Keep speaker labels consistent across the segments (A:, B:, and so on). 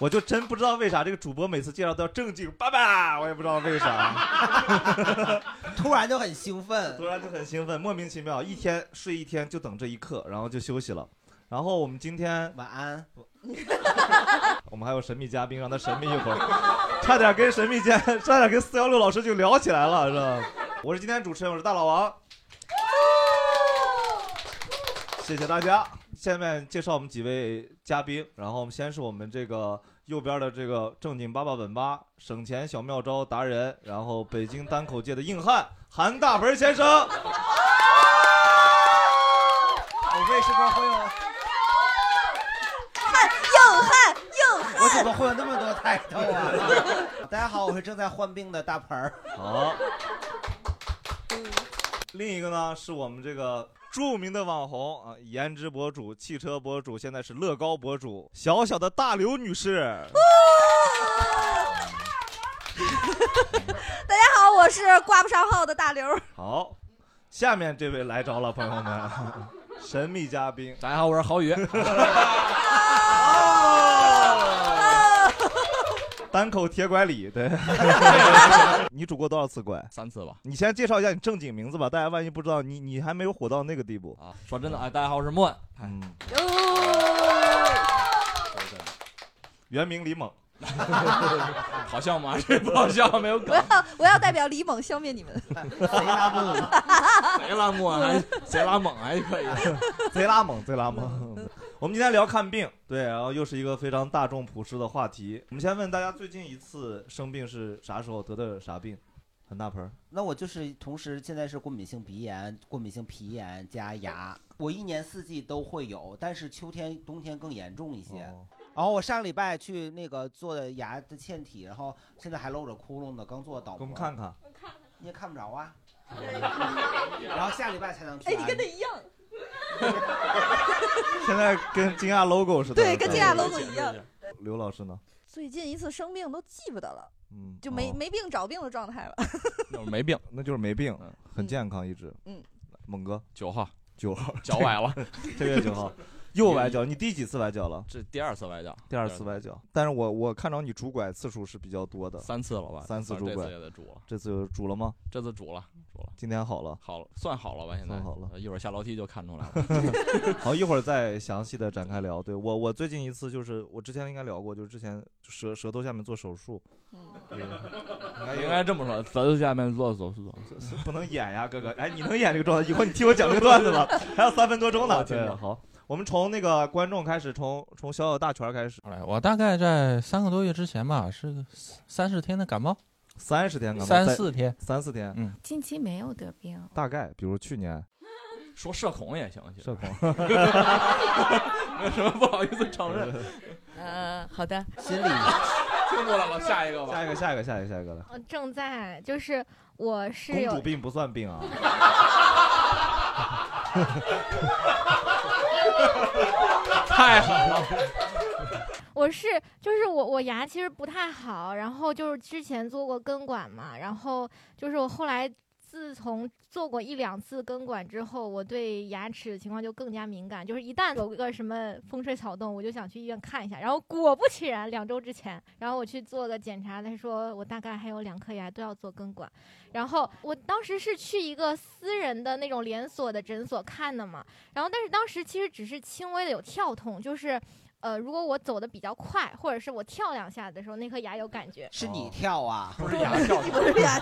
A: 我就真不知道为啥这个主播每次介绍都要正经爸爸，我也不知道为啥，
B: 突然就很兴奋
A: 突。然就很兴奋，莫名其妙，一天睡一天就等这一刻，然后就休息了。然后我们今天
B: 晚安，
A: 我们还有神秘嘉宾，让他神秘一会儿， 差点跟神秘嘉，差点跟四幺六老师就聊起来了，是吧？我是今天主持人，我是大老王，谢谢大家。下面介绍我们几位嘉宾，然后我们先是我们这个右边的这个正经八八稳八省钱小妙招达人，然后北京单口界的硬汉韩大盆先生。我为什么会有？
C: 硬汉，硬汉，
B: 我怎么会有那么多抬头啊？ 大家好，我是正在患病的大盆儿。
A: 好。另一个呢，是我们这个著名的网红啊，颜值博主、汽车博主，现在是乐高博主，小小的大刘女士。
C: 大家好，我是挂不上号的大刘。
A: 好，下面这位来着了，朋友们，神秘嘉宾。
D: 大家好，我是郝宇。
E: 哦
C: 啊
A: 单口铁拐李，对， 你拄过多少次拐？
D: 三次吧。
A: 你先介绍一下你正经名字吧，大家万一不知道，你你还没有火到那个地步。
D: 啊，说真的，哎，大家好，我是莫。哎，
A: 嗯，
C: 哟
A: 原名李 猛，
D: 好笑吗？这不好笑，没有梗
C: 我。要 我要代表李猛消灭你们！
B: 谁拉布姆？
D: 谁拉莫还谁拉猛还可以。
A: 贼拉猛，贼拉猛。我们今天聊看病，对，然后又是一个非常大众普世的话题。我们先问大家，最近一次生病是啥时候得的啥病？很大盆儿，
B: 那我就是同时现在是过敏性鼻炎、过敏性皮炎加牙，我一年四季都会有，但是秋天、冬天更严重一些。
A: 哦
B: 然后我上礼拜去那个做的牙的嵌体，然后现在还露着窟窿呢，刚做导模。
A: 给我们看看。
B: 你也看不着 啊。然后下礼拜才能去。啊
C: 哎，你跟他一样，
A: 现在跟惊讶 logo 似的。
C: 对，跟
A: 是吧
C: 金亚 logo 一样。
A: 刘老师呢？
C: 最近一次生病都记不得了，
A: 嗯，
C: 就没
A: 哦
C: 没病找病的状态了。
D: 那会儿没病，
A: 那就是没病
D: 嗯，
A: 很健康一直。
C: 嗯，
A: 猛哥
D: 九号
A: 九号，
D: 脚崴了，
A: 这个月九 号，右崴脚，你第几次崴脚了？
D: 这第二次崴脚，
A: 第二次崴脚，但是我我看着你拄拐次数是比较多的，
D: 三次了吧？
A: 三次拄
D: 这
A: 拐
D: 次也得拄了，
A: 这次有拄了吗？
D: 这次拄了，拄了，
A: 今天好了，
D: 好了，算好了吧？现在呃
A: 算 好了，
D: 一会儿下楼梯就看出来了。
A: 好，一会儿再详细的展开聊。对我我最近一次就是我之前应该聊过，就是之前舌舌头下面做手术，
C: 嗯，
D: 应该这么说，咱就下面做手术。
A: 不能演呀，哥哥。哎，你能演这个状态？以后你替我讲这个段 子吧，还有三分多钟呢。对，好，我们从那个观众开始，从从小小大全开始，
F: 好嘞，我大概在三个多月之前吧，是个三四天的感冒，
A: 三十天感冒，
F: 三
A: 啊再
F: 四天，
A: 三四天，
D: 嗯
G: 近期没有得 病，
A: 大概比如去年
D: 说社恐也行，其实
A: 社恐，
D: 没有什么不好意思承 认。
G: 呃，好的，
B: 心理
D: 听出来了，下一个吧。
A: 下一个，下一个，下一个，下一个了。
H: 呃正在，就是我是
A: 公主
H: 有
A: 病不算病啊，
D: 太好了，
H: 我是就是我我牙其实不太好，然后就是之前做过根管嘛，然后就是我后来自从做过一两次根管之后，我对牙齿的情况就更加敏感，就是一旦有个什么风吹草动，我就想去医院看一下。然后果不其然，两周之前，然后我去做个检查，他说我大概还有两颗牙都要做根管。然后我当时是去一个私人的那种连锁的诊所看的嘛，然后但是当时其实只是轻微的有跳痛，就是。呃，如果我走的比较快，或者是我跳两下的时候，那颗牙有感觉。
B: 是
A: 哦
B: 你跳啊？
D: 不是牙跳。
C: 不是呀，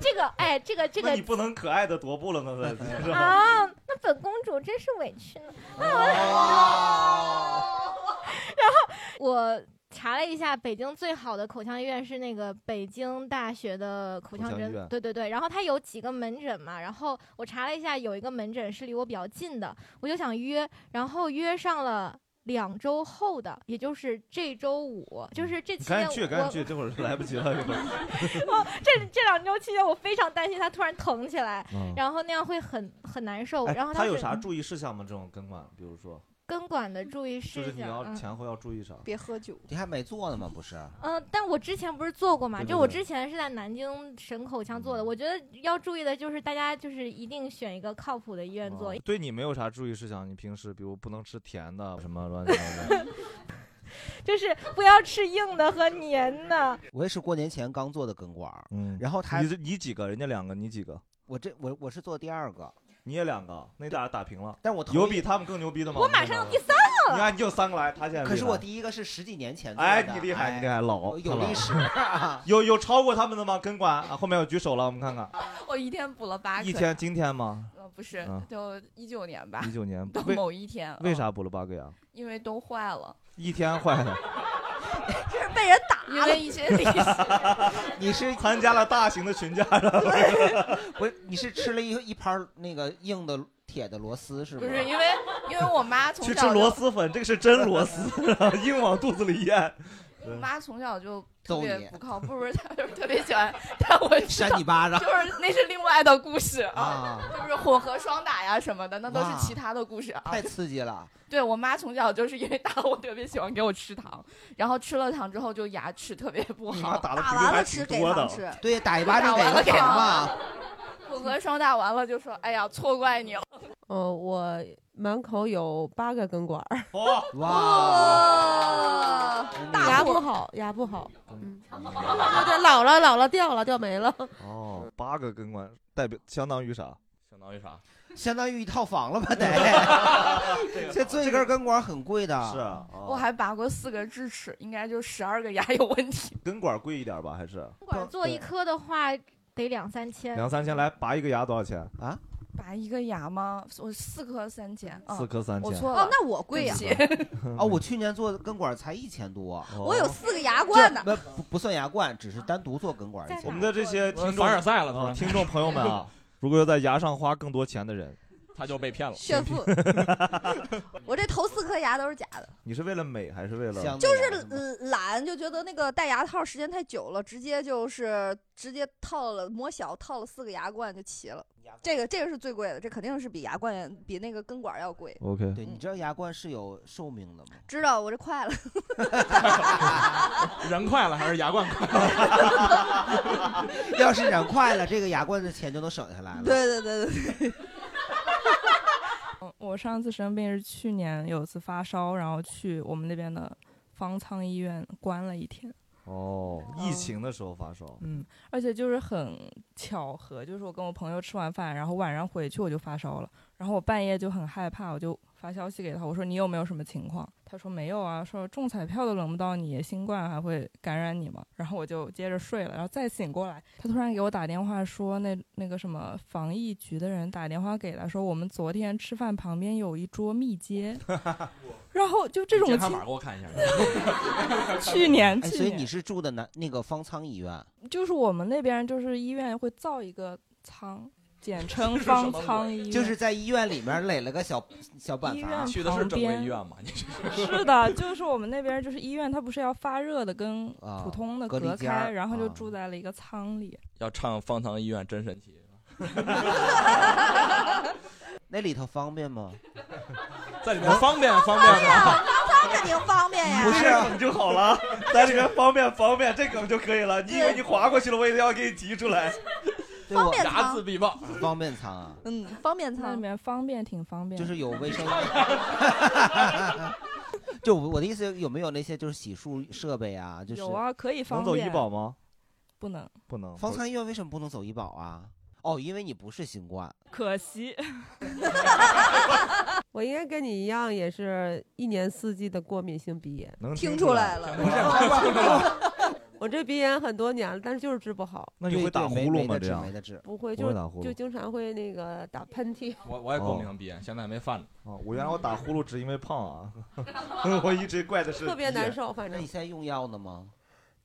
H: 这个，哎，这个，这
A: 那
H: 个
A: 你不能可爱的踱步了呢，是吧？
H: 啊，那本公主真是委屈呢。
A: 哦
H: 我查了一下，北京最好的口腔医院是那个北京大学的口腔
A: 口腔医院
H: 诊，对对对。然后它有几个门诊嘛，然后我查了一下，有一个门诊是离我比较近的，我就想约，然后约上了两周后的，也就是这周五，就是这
A: 嗯你
H: 期间我
A: 赶紧去，赶紧去，这会儿来不及了，这会儿。
H: 我哦这这两周期间，我非常担心它突然疼起来，
F: 嗯，
H: 然后那样会很很难
B: 哦
H: 受。
A: 哎
H: 然后
A: 他
H: 它
A: 有
H: 是
A: 啥注意事项吗？这种根管，比如说，
H: 根管的注意
A: 就
H: 事
A: 是你
H: 项？
A: 要
H: 嗯
A: 前后要注意啥？
C: 别喝酒，
B: 你还没做呢吗？不是，
H: 嗯，但我之前不是做过嘛，
A: 对对
H: 就我
A: 对嗯
H: 之前是在南京省口腔做的。我觉得要注意的就是，大家就是一定选一个靠谱的医院做
A: 哦。对你没有啥注意事项，你平时比如不能吃甜的，什么乱七八糟的。
H: 就是不要吃硬的和黏的。
B: 我也是过年前刚做的根管儿，
A: 嗯，
B: 然后他
A: 你这你几个？人家两个，你几个？
B: 我这我我是做第二个，
A: 你也两个，那俩打平了。
B: 但是我头
A: 有
B: 一
A: 比他们更牛逼的吗？
H: 我马上要第
A: 三个了。你看，你就三个来，他现在。
B: 可是我，第一个是十几年前做的，
A: 哎，你厉害，你厉
B: 害，
A: 害，老，
B: 我有历。史啊
A: 有有超过他们的吗？根管啊，后面有举手了，我们看看，
G: 我一天补了八颗。
A: 一天今天吗？
G: 呃，不是
A: 嗯，
G: 就一九年吧
A: 一，九年
G: 到
A: 为
G: 某一天。
A: 为
G: 嗯？
A: 啥补了八个呀？
G: 因为都坏了，
A: 一天坏的，
C: 这是被人打
G: 因为一些理 性
B: 你是
A: 参加了大型的群架，
B: 不是你是吃了一一盘儿那个硬的铁的螺丝是吗？
G: 不是因为因为我妈从
A: 去吃
G: 小
A: 螺
G: 就
A: 蛳粉，这个是真螺 丝，硬往肚子里咽。
G: 我妈从小就特
B: 揍
G: 别
B: 你
G: 不靠谱，不是她就是特别喜欢带我知
B: 扇
G: 道
B: 你巴掌
G: 就是那是另外的故事啊，
B: 啊，
G: 就是混合双打呀什么的，那都
B: 哇
G: 是其他的故事啊
B: 太。刺激了，
G: 对我妈从小就是因为打我，特别喜欢给我吃糖，然后吃了糖之后就牙齿特别不
A: 你妈
G: 好。
A: 打的
C: 打
A: 比例
C: 完
A: 还
C: 了
A: 挺
C: 吃给
A: 多
C: 糖
A: 的。啊
C: 吃，
B: 对，打一巴掌
G: 打完
B: 个
G: 了给
B: 糖 嘛，
G: 混合双打完了就说：“哎呀，错怪你了。
I: 呃，我满口有八个根管儿，
A: 哦，
B: 哇，
G: 哦
C: 大
I: 牙
C: 户
I: 不好，牙不 好，嗯，对对，老了老了掉了掉没了，
A: 哦，八个根管代表相当于啥？
D: 相当于啥？
B: 相当于一套房了 吧得，这做一根根管很贵的，
A: 啊是啊，哦
G: 我还拔过四个智齿，应该就十二个牙有问题。
A: 根管贵一点吧，还是
H: 根管做一颗的话得两三千，
A: 两三千来拔一个牙多少钱？
B: 啊
G: 拔一个牙吗？我四颗三千啊
A: 四，颗三
G: 我
A: 千。
G: 错了。
C: 哦，那我贵呀、
G: 对不起
B: 啊，我去年做的根管才一千多，
A: 哦
C: 我有四个牙冠呢，
B: 这不不不算牙冠，只是单独做根管一
H: 在
B: 千
A: 我
H: 哪
A: 们的这些听众
D: 凡尔赛了，
A: 啊，
D: 他
A: 听众朋友们啊，如果要在牙上花更多钱的人，
D: 他就被骗了。
C: 炫富。 我这头四颗牙都是假的，
A: 你是为了美还是为了
B: 箱
C: 就
B: 子牙
C: 是
B: 是吗。
C: 呃懒，就觉得那个戴牙套时间太久了，直接就是直接套了磨小，套了四个牙冠就齐了。这个这个是最贵的，这肯定是比牙冠比那个根管要贵。
A: ？OK，
B: 对，你知道牙冠是有寿命的吗？
C: 知道我这快了，
D: 人快了还是牙冠快？
B: 要是染快了，这个牙冠的钱就能省下来了。，
C: 对对对对，
J: 嗯，我上次生病是去年有一次发烧，然后去我们那边的方舱医院关了一天。
A: 哦，疫情的时候发烧，
J: 嗯，而且就是很巧合，就是我跟我朋友吃完饭，然后晚上回去我就发烧了，然后我半夜就很害怕，我就发消息给他，我说你有没有什么情况？他说没有啊，说中彩票都轮不到你，新冠还会感染你吗？然后我就接着睡了，然后再醒过来，他突然给我打电话说那那个什么防疫局的人打电话给他说我们昨天吃饭旁边有一桌密接，然后就这种
D: 健康
J: 情
D: 码给我看一下。
J: 去年
B: 哎，
J: 去
B: 所以
J: 年
B: 你是住的南那个方舱医院，
J: 就是我们那边就是医院会造一个仓， 简称方舱医院，
B: 就是在医院里面垒了个小小板
J: 医
B: 房
J: 院
D: 去的是整个医院吗？你 这
J: 是的，就是我们那边就是医院，它不是要发热的跟
B: 啊
J: 普通的
B: 隔离
J: 隔
B: 间儿
J: 开，然后
B: 啊
J: 就住在了一个仓里。
D: 要唱方糖医院真神奇。
B: 那里头方便吗？
D: 在里面方便方便吗？
C: 那肯定方便呀。
B: 不是
A: 这个啊梗就 好 了，在里面方便方便，这梗就可以了。你以为你划过去了，我也要给你提出来。
B: 对我
C: 方便
D: 睚眦
C: 仓，
D: 必报。
B: 方便舱啊，
C: 嗯，方便
J: 那里
C: 仓。
J: 面方便挺方便
B: 就
J: 的，
B: 是有卫生。就我我的意思，有没有那些就是洗漱设备啊？就是
J: 有啊，可以
A: 能
J: 方
A: 走
J: 便。
A: 医保吗？
J: 不能，
A: 不能。
B: 方舱医院为什么不能走医保啊？哦，因为你不是新冠，
J: 可惜
I: 我应该跟你一样，也是一年四季的过敏性鼻炎，
A: 能
C: 听
A: 出
C: 出来。了，
A: 不是，
I: 我这鼻炎很多年了，但是就是治不好，
A: 那你会打
B: 对
A: 呼噜
B: 没没
A: 吗？
B: 得
A: 这
B: 治
A: 样
B: 没得治。
I: 不会
A: 不
I: 就
A: 会
I: 是
A: 打呼噜
I: 就经常会那个打喷嚏。
D: 我我也过敏性鼻炎，现在还没犯呢。
A: 啊！我原来我打呼 噜只因为胖啊，我一直怪的是
I: 特别难。受，反
B: 那
I: 正
B: 你现在用药呢吗？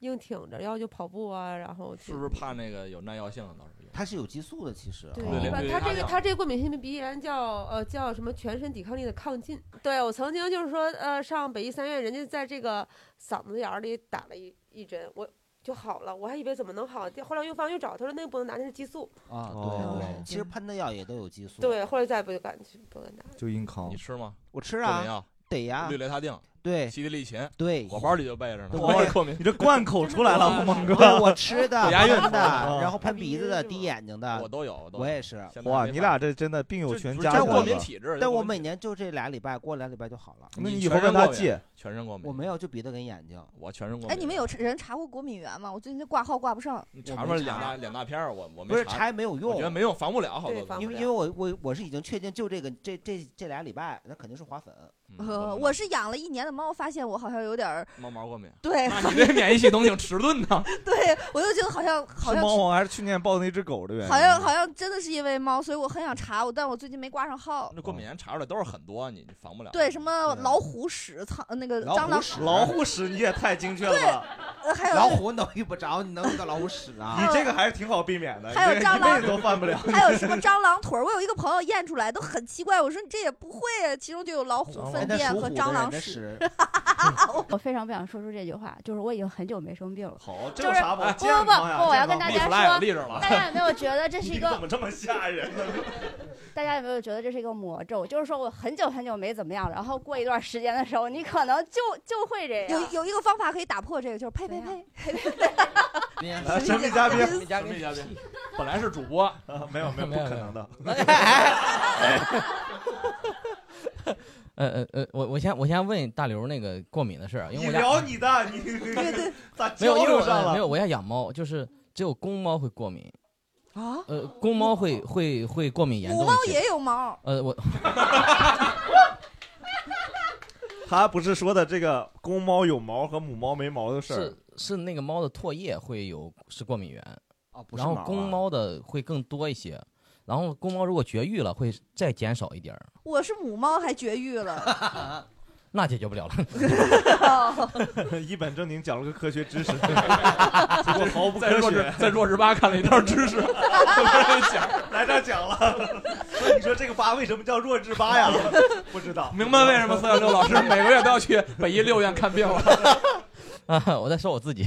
I: 硬挺着，要就跑步啊，然后就是
F: 不是怕那个有耐药性？
D: 嗯
F: 倒是有。
B: 它是有激素的，其实
I: 对
D: 哦
F: 对
I: 吧？
F: 对
I: 他
F: 他
I: 这个
F: 讲
I: 他这个过敏性鼻炎叫呃叫什么全身抵抗力的亢进。对我曾经就是说呃上北医三院，人家在这个嗓子眼儿里打了一一针，我就好了，我还以为怎么能好，后来又发现又找他说那个不能拿，那是激素。
B: 啊，
A: 哦
B: 对对，其实喷的药也都有激素。
I: 对，后来再也不敢去不敢打。
A: 就硬扛。
F: 你吃吗？
B: 我吃
F: 过敏
B: 啊
F: 药，
B: 得呀
F: 氯，雷他定，
B: 对，
F: 西地利嗪，
B: 对，
F: 我包里就备着呢。
B: 对
F: 我也过敏，
A: 你这灌口出来了，猛哥
B: 对，我吃的、
F: 有 押韵
B: 喷的，
F: 嗯
B: 然后喷鼻子的、滴眼睛的，
F: 我都有我都有
B: 我也是。
F: 现在
A: 哇，
F: 没
A: 你
F: 法
A: 俩这真的病友全家
F: 这
A: 起来
F: 是
A: 了。
F: 过敏体质，
B: 但我每年就这俩礼拜，过俩礼拜就好了。
A: 那你
F: 你
A: 以后
F: 全身
A: 问他
F: 过敏
A: 借，
F: 全身过敏，
B: 我没有，就鼻子跟眼睛。
F: 我全身过
C: 哎，
F: 敏。
C: 你们有人查过国敏源吗？我最近挂号挂不上。
F: 你
B: 我
F: 查
B: 没
F: 查
B: 查
F: 两大两大片儿，我我没
B: 不是查也没有用，
F: 我觉得没用，防不了好多东西。
B: 因为因为我我我是已经确定，就这个这这这俩礼拜，那肯定是花粉。
A: 嗯
C: 呃，我是养了一年的猫，发现我好像有点儿，
F: 嗯猫毛过敏，
C: 对
F: 那你这免疫系统挺迟钝呐。
C: 对我就觉得好像好
A: 是
C: 像
A: 猫王还是去年抱的那只狗的原因？
C: 好像好像真的是因为猫，所以我很想查我，但我最近没挂上号。
F: 那过敏源查出来 都是很多，你你防不了。
C: 对，什么老虎屎、苍呃那个蟑螂，
A: 啊老 虎屎你也太精确了吧！
C: 呃还有
B: 老虎你都遇不着，你能遇到老虎屎啊？
A: 你这个还是挺好避免的，你
C: 还有
A: 这
C: 蟑螂
A: 一辈子都犯不了。
C: 还有什么蟑螂腿儿，我有一个朋友验出来都很奇怪，我说你这也不会啊，其中就有老虎粪便和蟑螂屎。
B: 屎。
K: 我非常不想说出这句话，就是我已经很久没生病了。
A: 好，这
K: 就
A: 有
K: 是
A: 啥不好？
K: 不不不不，我要跟大
F: 立
K: 家
F: flag 了立
K: 说
F: 着，了
K: 大家有没有觉得这是一
A: 你
K: 个
A: 怎么这么吓人呢？
K: 大家有没有觉得这是一个魔咒？就是说我很久很久没怎么样，然后过一段时间的时候，你可能就就会这样。
C: 有有一个方法可以打破这个，就是呸呸呸。
A: 来，啊神秘嘉宾，
F: 神秘嘉宾，本来是主播，
A: 啊没有没有，不可能的。哎
L: 呃呃呃，我我先我先问大刘那个过敏的事儿啊，因为
A: 你
L: 我家
A: 聊你的，你你 咋
L: 没有，
A: 交
L: 因为我
A: 流上
L: 呃
A: 了？
L: 没有，我家养猫，就是只有公猫会过敏，
C: 啊，
L: 呃，公猫会会会过敏严重
C: 母
L: 一
C: 猫
L: 些
C: 也有毛，
L: 呃，我
A: 他不是说的这个公猫有毛和母猫没毛的事儿
L: 是，是那个猫 的唾液会有是过敏源，
B: 是
A: 哦
L: 然后
B: 毛
L: 公
B: 啊
L: 猫的会更多一些，然后公猫如果绝育了会再减少一点儿，
C: 我是母猫还绝育 了。
L: 那解决不了了。
A: 一本正经讲了个科学 知识，结果毫不
F: 在
A: 科
F: 弱
A: 学
F: 智。在弱智吧看了一段知识，
A: 来这儿讲 了，说你说这个吧为什么叫弱智 吧呀？不知道，
F: 明白为什么四幺六老师每个月都要去北医六院看病了。
L: 啊， 我在说我自己，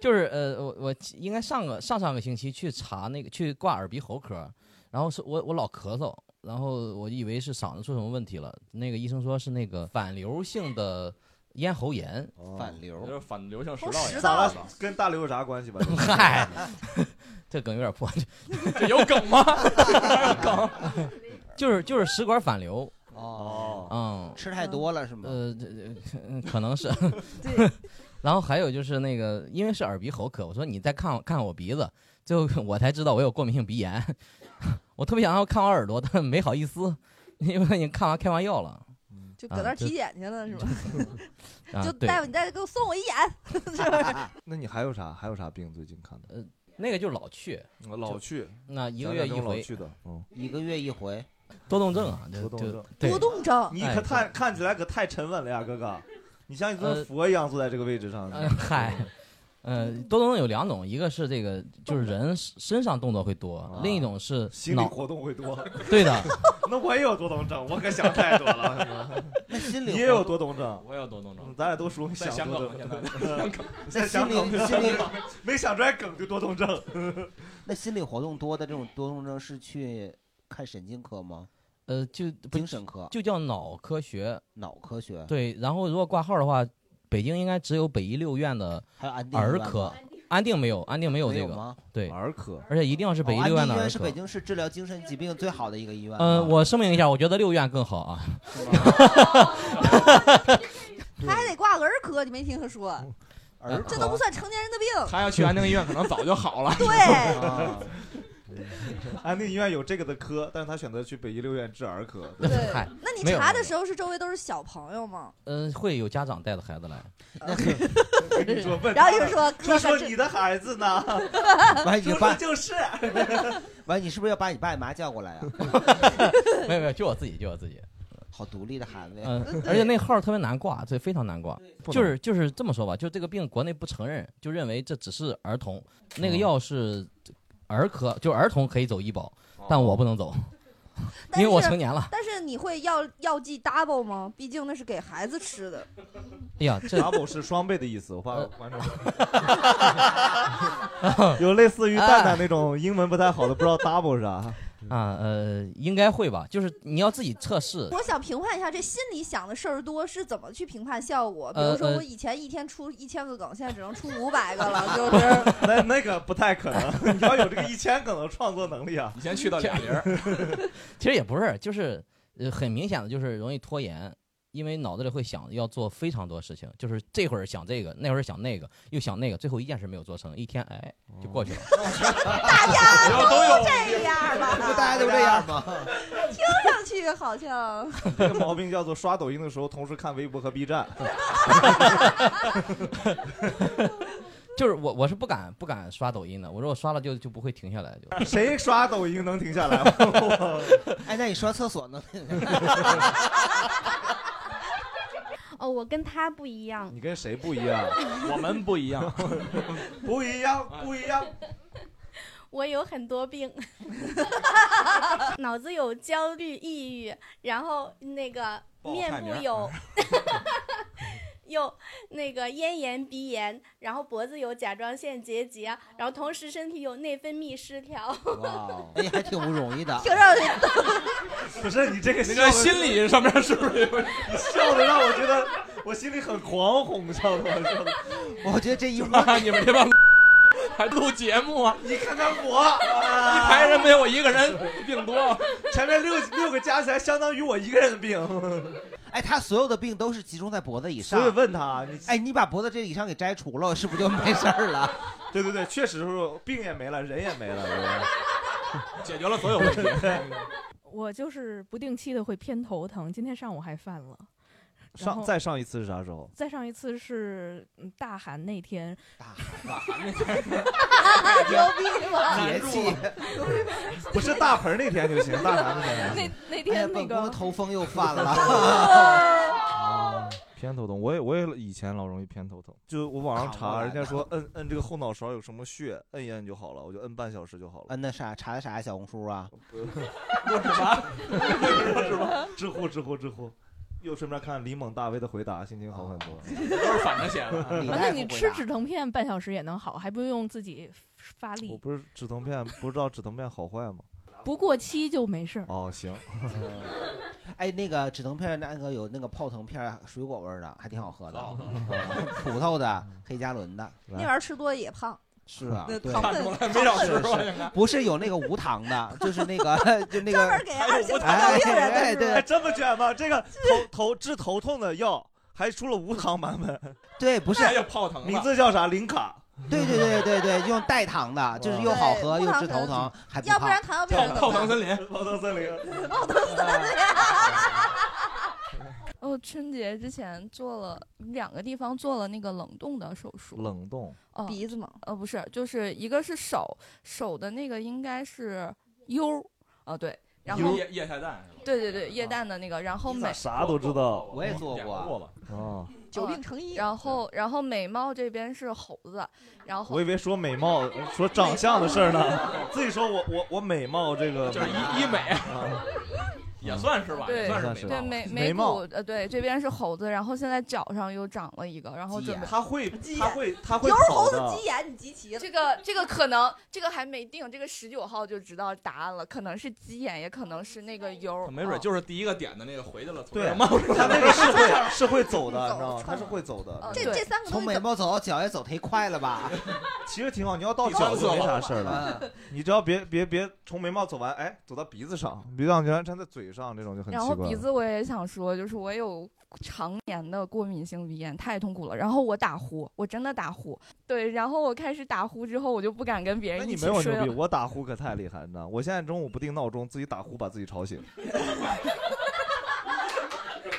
L: 就是呃，我我应该上个上上个星期去查那个去挂耳鼻喉科，然后是我我老咳嗽，然后我以为是嗓子出什么问题了，那个医生说是那个反流性的咽喉炎，
B: 哦反流
F: 就是反流性食
L: 从
F: 道
L: 食
F: 炎，
A: 咋了？跟大刘有啥关系吧？
L: 嗨，这梗有点破，
F: 这有梗吗？
L: 梗， 就是就是食管反流。
B: 哦，
L: 嗯，
B: 吃太多了是吗？
L: 呃，这这嗯可能是。然后还有就是那个，因为是耳鼻喉科，我说你再看我看我鼻子，最后我才知道我有过敏性鼻炎。 我特别想让我看我耳朵，但没好意思，因为你看完开完药了。
C: 嗯就搁那
L: 啊
C: 儿体检去了是吧？
L: 啊
C: 就
L: 对
C: 大夫，你再给我送我一眼， 是不是？
A: 那你还有啥？还有啥病最近看的？
L: 那个就是老去，
A: 我老去，
L: 呃那一个
A: 讲
L: 月一
A: 讲这种老
L: 回
A: 去的，嗯，
B: 一个月一回，
L: 多动症啊，就
A: 多动
L: 就
A: 症
L: 对
C: 多动症
A: 你
L: 哎
A: 可太看起来可太沉稳了呀，哥哥，你像一尊
L: 呃
A: 佛一样坐在这个位置上。
L: 呃嗨， 呃，多动症有两种，一个是这个就是人身上动作会多，另一种是
A: 啊心理
L: 脑
A: 活动 会多，
L: 对的。
A: 那我也有多动症，我可想太多了。
B: 那心理
A: 你也有多动症，
F: 我也有多动症，
A: 咱俩都属于
F: 在香
A: 想多
F: 港
A: 动
F: 现
A: 症
F: 在。
A: 你在想梗就
B: 心理心理
A: 没想出来梗就多动症。
B: 那心理活动多的这种多动症是去看神经科吗？
L: 呃，就
B: 精神科
L: 就叫脑科学。
B: 脑科学。，
L: 对，然后如果挂号的话，北京应该只有北医六院的
B: 还有安定医
L: 儿
B: 院
L: 科
B: 吗，
L: 安定没有，安定没有
B: 没
L: 这
B: 有吗
L: 个，对，
A: 儿科，
L: 而且一定要是北医
B: 哦安
L: 六
B: 定
L: 院的
B: 医
L: 儿
B: 院是
L: 科
B: 北。京市啊治疗精神疾病最好的一个医院吗。
L: 呃，我声明一下，我觉得六院更好啊。
C: 他还得挂儿科，你没听说？
B: 儿
C: 这都不算成年人的 病。
F: 他要去安定医院，可能早就好了。啊
C: 对，
A: 安定医院有这个的科，但是他选择去北医六院治儿科。
L: 嗨，
C: 那你
L: 没有
C: 查的
L: 没有
C: 时候是周围都是小朋友吗？
L: 嗯、会有家长带着孩子来。
A: 你说问
C: 然后
A: 他
C: 就说
A: 就说
C: 哥哥
A: 你的孩子 呢？
B: 完 你
A: 就
B: 爸
A: 说就是，
B: 完你是不是要把你爸你妈叫过来啊？嗯
L: 没有没有，就我自己，就我自己。
B: 好独立的孩子呀。
L: 嗯，而且 那号儿特别难挂，这非常难挂。
B: 不
L: 就
B: 能
L: 是就是这么说吧，就这个病国内不承认，就认为这只是儿童。那
B: 嗯
L: 个药是儿科，就儿童可以走医保，
B: 哦
L: 但我不能走，因为我成年了。
C: 但是你会药药剂 double 吗？毕竟那是给孩子吃的。
L: 哎呀， 这
A: double 是双倍的意思，我
B: 呃
A: 怕观众 有类似于蛋蛋那种英文不太好的，不知道 double 是啥
L: 啊？呃，应该会吧，就是你要自己测试。
C: 我想评判一下这心里想的事儿多是怎么去评判效果？比
L: 呃
C: 如说
L: 呃
C: 我以前一天出一千个梗，现在只能出五百个 了，就是。
A: 那那个不太可能，你 要有这个一千梗的创作能力啊！
D: 以前去到俩零儿，
L: 其实也不是，就是呃很明显的就是容易拖延，因为脑子里会想要做非常多事情，就是这会儿想这个，那会儿想那个，又想那个，最后一件事没有做成，一天哎就过去了。
C: 大 家
A: 都
B: 哦
C: 这样吧？
B: 不 大家都这样吗？
C: 听上去好 像
A: 这个毛病叫做刷抖音的时候同时看微博和 B 站。
L: 就是我我是不敢不敢刷抖音的，我说我刷了就就不会停下来，就
A: 谁刷抖音能停下 来吗？
B: 哎，那你刷厕所呢？
M: 哦，我跟他不一样
A: 你。跟谁不一样？
D: 我们不一样，
A: 不一样，不一样。
M: 我有很多病， 脑子有焦虑、抑郁，然后那个
N: 报菜
M: 面部
N: 名儿
M: 有有那个咽炎、鼻炎，然后脖子有甲状腺结节，然后同时身体有内分泌失调。
A: 哦
B: 哇，哎，还挺不容易的。
M: 听上去
A: 不是你这个
D: 那
A: 笑
D: 个
A: 的
D: 心理上面是不是有？
A: 你笑的让我觉得我心里很狂哄，笑的我笑的。
B: 我觉得这一屋
D: 啊你们这帮还录节目啊？
A: 你看看我，啊
D: 一排人没有我一个人病多，
A: 前面六六个加起来相当于我一个人的病。
B: 哎，他所有的病都是集中在脖子以上。
A: 所以问他，啊你
B: 哎，你把脖子这以上给摘除了，是不是就没事儿了？
A: 对对对，确实是病也没了，人也没了，
D: 解决了所有问题。
N: 我就是不定期的会偏头疼，今天上午还犯了。然
A: 上
N: 后
A: 再上一次是啥时候？
N: 再上一次是嗯大寒那天，
C: 牛逼 吗？
A: 节气 不是大盆那天就行，大寒那天就
B: 哎
N: 那
A: 行。
N: 那天那
B: 本
N: 个、
B: 宫的头风又犯了。
C: 哦
A: 偏头疼，我也我也以前老容易偏头疼，就我网上
B: 扛过
A: 查，
B: 来
A: 人
B: 的
A: 家说摁摁这个后脑勺有什么穴，摁一摁就好了，我就摁半小时就好了。
B: 啊，那啥查的啥呀小红书啊？
A: 我是啥？我是吧？知乎知乎知乎，又顺便看李猛大 V 的回答，心情好很多。
D: 都是反着写的
N: 啊那你吃止疼片半小时也能好，还不用自己发
A: 我
N: 力，
A: 不是止疼片，不知道止疼片好坏吗？
N: 不过期就没事儿。
A: 哦，行。
B: 哎，那个止疼片儿那个有那个泡腾片儿，水果味儿的，还挺好喝的， 葡萄的、黑加仑的。
C: 那玩意儿吃多也胖。
B: 是啊，
C: 那
B: 对
C: 糖分
D: 看出来没少吃
B: 是
D: 吧
B: 是
D: 应该
B: 不是有那个无糖的，就是那个 就那
C: 专
B: 个
C: 门给二型糖
B: 哎
C: 尿病人的
B: 哎
C: 是
B: 对
C: 吧
A: 还？真不卷吗？这个头头治头痛的药还出了无糖版本，
B: 对，不是
D: 还有泡腾的
A: 名字叫啥？林卡。
B: 对对对对对，用代糖的，就是又好喝又治头疼，还
C: 要不
B: 胖
C: 然糖尿病人怎么办？
D: 森林，
A: 泡腾森林。
G: 哦，春节之前做了两个地方做了那个冷冻的手术，
A: 冷冻
G: 嗯
C: 鼻子吗？
G: 呃，不是，就是一个是手，手的那个应该是 U，哦对，然后
D: 液液态氮是吧？
G: 对对对，液氮的那个，然后呃每
A: 咋啥都知道？
B: 我也做
D: 演过吧？
A: 哦，
C: 久病成医。
G: 然后然后美貌这边是猴子，然后
A: 我以为说美貌、说长相的事儿呢，自己说我我我美貌这个
D: 就是医医美
A: 啊
D: 也算是
C: 啊
D: 吧，也
G: 对
D: 算是
G: 对眉
D: 美貌吧。
A: 眉毛
G: 骨呃对这边是猴子，然后现在脚上又长了一个，然后准备
A: 他会他会他会
C: 有
A: 跑
C: 猴子
A: 的。
C: 急眼，你急齐了。
G: 这个这个可能这个还没定，这个十九号就知道答案了，可能是鸡眼，也可能是那个 U，
D: 没准就是第一个点的那个回去了，从
A: 哦对
D: 这冒出
A: 他
D: 来
A: 那个是会是 会走的，你知道吗？他是会走
B: 哦
A: 的。
C: 这这三个东
B: 从
C: 西
B: 眉
C: 怎么
B: 毛走到脚也走忒快了吧？
A: 其实挺好，你要到脚就没啥事儿了，你只要别别别从眉毛走完，哎，走到鼻子上，鼻子上你看粘在嘴上，这种就很
G: 啊然
A: 奇
G: 后
A: 怪
G: 鼻
A: 了。
G: 子我也想说，就是我有常年的过敏性鼻炎，太痛苦了。然后我打呼，我真的打呼。对，然后我开始打呼之后，我就不敢跟别
A: 那
G: 人一
A: 你
G: 起
A: 没有
G: 睡
A: 牛逼，
G: 了。
A: 我打呼可太厉害了你知道。我现在中午不定闹钟，自己打呼把自己吵 醒。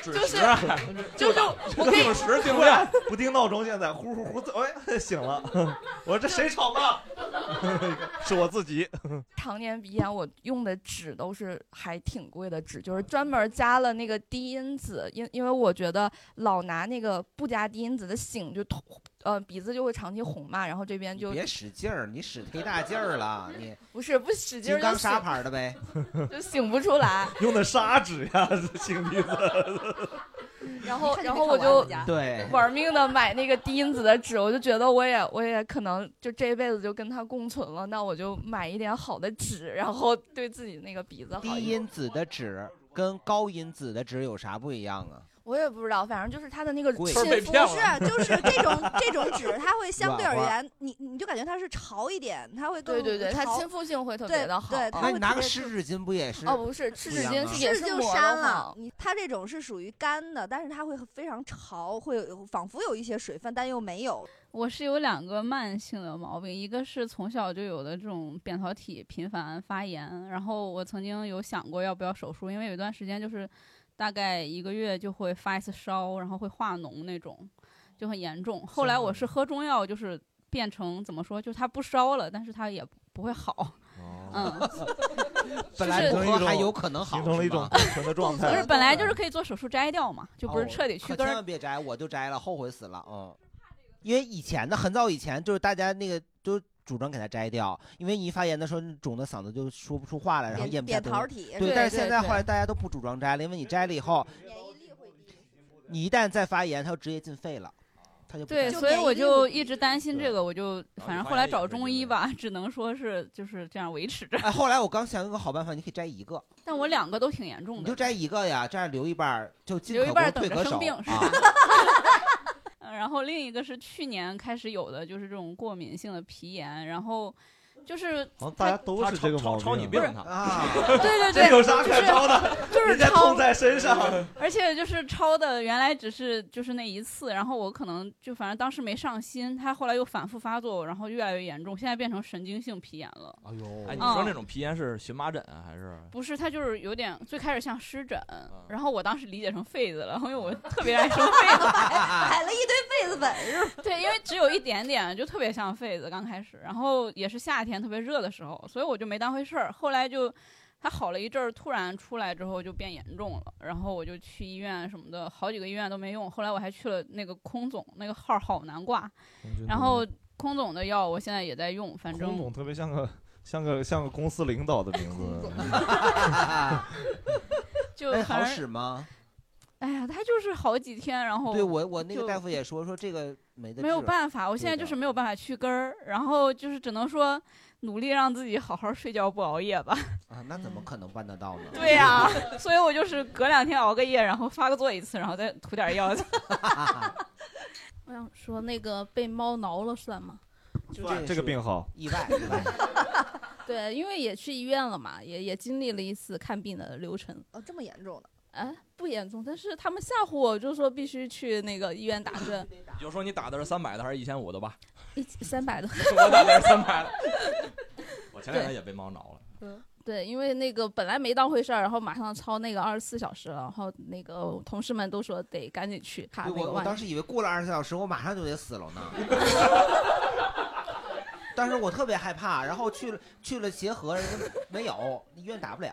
G: 就是
D: 就是
G: 我可以
D: 定啊时定量，
A: 不定闹钟，现在呼呼呼，哎，醒了。我说这谁吵的？ 是我自己。
G: 常年鼻炎，我用的纸都是还挺贵的纸，就是专门加了那个低因子，因因为我觉得老拿那个不加低因子的醒就痛，呃，鼻子就会长期红嘛，然后这边就
B: 别使劲儿，你使忒大劲儿了，你
G: 不是不使劲
B: 金
G: 儿就
B: 刚砂
G: 醒
B: 牌儿的呗。
G: 就醒不出 来，
A: 用的砂纸呀，擤鼻子。
G: 然后
C: 看就
G: 然
C: 没
G: 后
C: 看
G: 我
C: 完
G: 就
C: 人家
B: 对
G: 玩命的买那个低因子的纸，我就觉得我也我也可能就这一辈子就跟它共存了，那我就买一点好的纸，然后对自己那个鼻子好一点。
B: 低因子的纸跟高因子的纸有啥不一样啊？
G: 我也不知道，反正就是它的那个
B: 贵
G: 亲
B: 不是被
G: 肤
B: 骗
G: 是，
B: 了
G: 就是
C: 这种这种纸，它会相对而
B: 软
C: 言，你你就感觉它是潮一点，它会更
G: 对对对，它
C: 潮
G: 亲肤性会特别的好。
C: 对，呃它
B: 哦那你
C: 会
B: 拿
C: 特
B: 个
C: 别
B: 湿纸巾不也是？
G: 哦不是湿纸
B: 一样
G: 巾
B: 吗
G: 也
C: 是
G: 是
C: 就
G: 抹
C: 删
G: 了
C: 了
G: 好，
C: 你它这种是属于干的，但是它会非常潮，会有仿佛有一些水分，但又没有。
O: 我是有两个慢性的毛病，一个是从小就有的这种扁桃体频繁发炎，然后我曾经有想过要不要手术，因为有一段时间就是大概一个月就会发一次烧，然后会化脓那种，就很严重。后来我是喝中药，就是变成怎么说，就是它不烧了，但是它也不会好。
B: 哦
O: 嗯，
B: 本来
O: 就是
B: 不喝还有可能好，
A: 形成了一种
B: 是吗
A: 共存的状态。
O: 不是本来就是可以做手术摘掉嘛，就不是
B: 哦
O: 彻底去
B: 可
O: 根
B: 千
O: 儿
B: 万别摘，我就摘了，后悔死了。嗯，因为以前的很早以前，就是大家那个都主张给它摘掉，因为你一发炎的时候，你肿的嗓子就说不出话来，然后
C: 扁
B: 咽不下
C: 扁
B: 东西
C: 桃体
B: 对，
C: 对
B: 但是现
C: 对
B: 在
C: 对
B: 后来大家都不主张摘了，因为你摘了以后，你一旦再发炎，它就直接进肺了，它就不
O: 对，
B: 行
O: 所以我就一直担心这个，我就反正
B: 发
O: 后来
B: 现也
O: 找
B: 是
O: 中医吧，只能说是就是这样维持着。
B: 哎，后来我刚想了一个好办法，你可以摘一个，
O: 但我两个都挺严重
B: 你
O: 的
B: 就，摘一个呀，这样留一半儿就进
O: 留一
B: 可
O: 半
B: 攻退
O: 儿等着
B: 可
O: 生
B: 守
O: 病是
B: 啊
O: 吧 呃然后另一个是去年开始有的就是这种过敏性的皮炎，然后就是
A: 好像大家都是这个毛病。
E: 抄抄抄你病 呢
B: 啊
O: 对对对，
A: 这有啥可
O: 就是
A: 抄的？
O: 就是
A: 人家
O: 抄
A: 痛在身上。
O: 而且就是抄的，原来只是就是那一次，然后我可能就反正当时没上心，他后来又反复发作，然后越来越严重，现在变成神经性皮炎了。
D: 哎呦，哎，你
O: 嗯
D: 说那种皮炎是荨麻疹啊还是？
O: 不是，他就是有点最开始像湿疹，
B: 嗯
O: 然后我当时理解成痱子了，因为我特别爱生 痱子，
C: 买了一堆痱子粉是吧？
O: 对，因为只有一点点，就特别像痱子刚开始，然后也是夏天特别热的时候，所以我就没当回事儿。后来就它好了一阵儿，突然出来之后就变严重了，然后我就去医院什么的，好几个医院都没用。后来我还去了那个空总，那个号儿好难挂，然后空总的药我现在也在用，反
A: 空
O: 正
A: 总特别像个像个像个公司领导的名字。嗯
O: 就
B: 哎，
O: 反
B: 好
O: 正
B: 使吗？
O: 哎呀，它就是好几天，然后
B: 对我我那个
O: 哦就
B: 大夫也说说这个没得
O: 没有
B: 治
O: 办法，我
B: 对
O: 现在
B: 的
O: 就是没有办法去根儿，然后就是只能说努力让自己好好睡觉，不熬夜吧。
B: 啊，那怎么可能办得到呢？
O: 对呀、 所以我就是隔两天熬个夜，然后发个作一次，然后再 涂 点药。
P: 我想说那个被猫挠了算吗？
B: 就
A: 算这个病好
B: 意外意外。
P: 对，因为也去医院了嘛，也也经历了一次看病的流程。
C: 哦，这么严重的？
P: 啊，不严重，但是他们吓唬我，就说必须去那个医院打针，
D: 你就说你打的是三百的还是一千五 的吧？
P: 一三百的。
D: 我打的是三百的。我前两天
P: 对
D: 也被猫挠了。
P: 嗯对，因为那个本来没当回事儿，然后马上超那个二十四小时了，然后那个同事们都说得赶紧去看
B: 对
P: 那个
B: 我我
P: 万
B: 当时以为过了二十四小时，我马上就得死了 呢。但是我特别害怕，然后去了去了协和，人家没有医院打不了，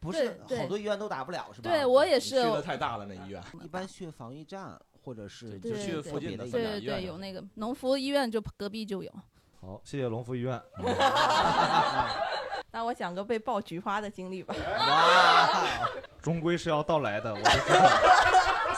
B: 不是
P: 对对
B: 好多医院都打不了是吧？
P: 对我也是
D: 你去的太大了那医院。
B: 一般去防疫站或者是
P: 对
D: 去
P: 对
D: 附近的
P: 对
D: 三甲
P: 对
D: 医院
P: 对，
D: 是
P: 有
D: 吧
P: 那个农福医院就隔壁就有。
A: 好，谢谢龙福医院。嗯
Q: 那我讲个被爆菊花的经历吧。
A: 终归是要到来的，我就知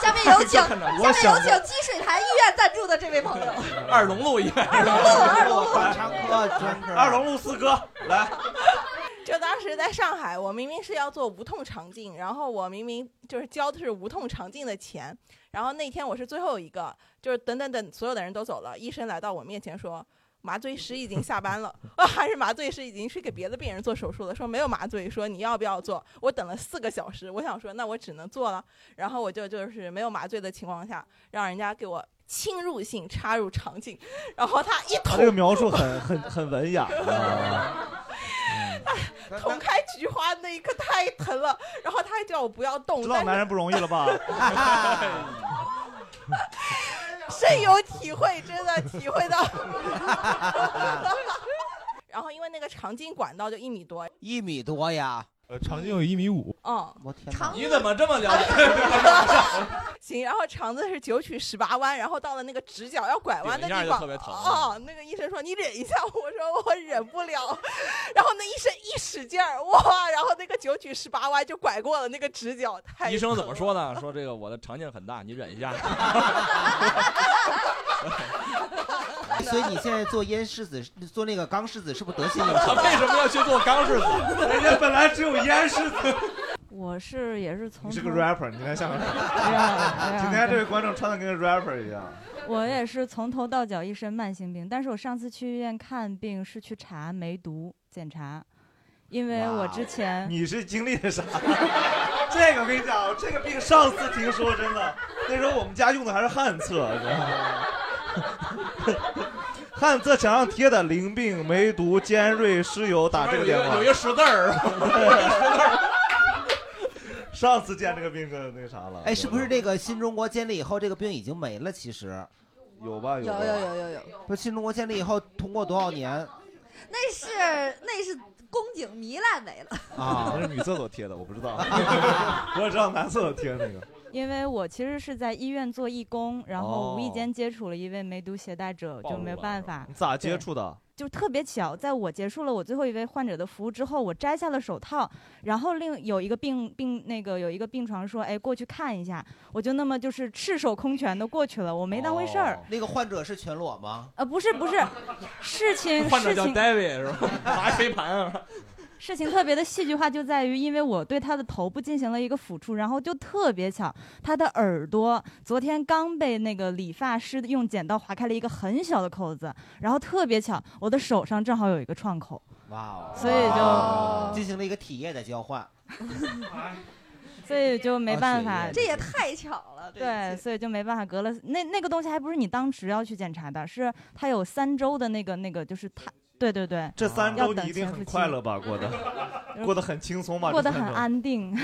C: 下面有 请，
A: 就
C: 下
A: 看着
C: 面
A: 我想
C: 有请积水潭医院赞助的这位 朋友。
D: 二龙路医院。
C: 二龙路，二龙
B: 路，
A: 专科专科。二龙路四哥来，
Q: 就当时在上海，我明明是要做无痛肠镜，然后我明明就是交的是无痛肠镜的钱，然后那天我是最后一个，就是等等等，所有的人都走了，医生来到我面前说。麻醉师已经下班了， 啊，还是麻醉师已经去给别的病人做手术了。说没有麻醉，说你要不要做？我等了四个小时，我想说那我只能做了。然后我就就是没有麻醉的情况下，让人家给我侵入性插入肠镜，然后他一
A: 他
Q: 捅，
A: 这个描述很很很文
Q: 啊
A: 雅啊。
Q: 捅开菊花那一刻太疼了，然后他还叫我不要动，
A: 知
Q: 但
A: 道啊
Q: 是
A: 男人不容易了吧？
Q: 深有体会，真的体会到。个肠镜管道就一米多，
B: 一米多呀，哦
R: 呃，肠径有一米五。
Q: 嗯，
B: 我天哪，
A: 你怎么这么了 解？
Q: 行，然后肠子是九曲十八弯，然后到了那个直角要拐弯的
D: 顶一下
Q: 地
D: 就
Q: 方，
D: 特别 疼
Q: 哦，那个医生说你忍一下，我说我忍不了， 然后那医生一使劲儿，哇，然后那个九曲十八弯就拐过了那个直角，太
D: 医生怎么说呢？说这个我的肠镜很大，你忍一下。
B: 所以你现在做烟柿子，做那个钢柿子，是不是得心应手？
D: 为什么要去做钢 柿
A: 子人家本来只有烟柿子。
S: 我 是也是从
A: 你是
S: 头
A: 个 rapper，你看像个
S: 哎呀哎呀
A: 今天这位观众穿的跟个 rapper 一样。
S: 我也是从头到脚一身慢性病，但是我上次去医院看病是去查梅毒检查，因为
A: 哦
S: 我之前
A: 你是经历了啥？ 这个我跟你讲，这个病上次听说，真的，那时候我们家用的还是旱厕， 你知道吗？旱厕墙上贴的“淋病”“梅毒”“尖锐”“湿疣”，打这个电话。
D: 有一个识字儿，
A: 上次见这个病跟那个啥了。
B: 哎，是不是这个新中国建立以后，这个病已经没了？其实
A: 有吧？
C: 有有有有有，
B: 不是新中国建立以后，通过多少年
C: 那是那是宫颈糜烂没了。
B: 啊？
A: 那是女厕所贴的，我不知道， 我只知道男厕所贴的那个。
S: 因为我其实是在医院做义工，然后无意间接触了一位梅毒携带者，
A: 暴
S: 就
A: 露
S: 没有
A: 了
S: 办法。
A: 哦你咋接
S: 对
A: 触的？
S: 就特别巧，在我结束了我最后一位患者的服务之后，我摘下了手套，然后另有一个病病那个有一个病床说，哎，过去看一下，我就那么就是赤手空拳的过去了，我没当回事
A: 哦
S: 儿。
B: 那个患者是全裸吗？
S: 呃，不是不是，事情
D: 患者
S: 事
D: 叫
S: 情
D: David 是吧？拿飞盘啊。
S: 事情特别的戏剧化，就在于因为我对他的头部进行了一个抚触，然后就特别巧，他的耳朵昨天刚被那个理发师用剪刀划开了一个很小的口子，然后特别巧，我的手上正好有一个创口，
B: 哇哦！
S: 所以就
A: 啊
B: 哇进行了一个体液的交换。
S: 所以就没办法，
C: 这也太巧了。这
S: 对，所以就没办法隔了。那那个东西还不是你当时要去检查的，是它有三周的那个那个，就是它，对对对，
A: 这三
S: 要
A: 周
S: 等
A: 你一定
S: 潜伏
A: 很
S: 期
A: 快乐吧？过得过得很轻松吧？
S: 过得
A: 这三
S: 很
A: 周
S: 安定。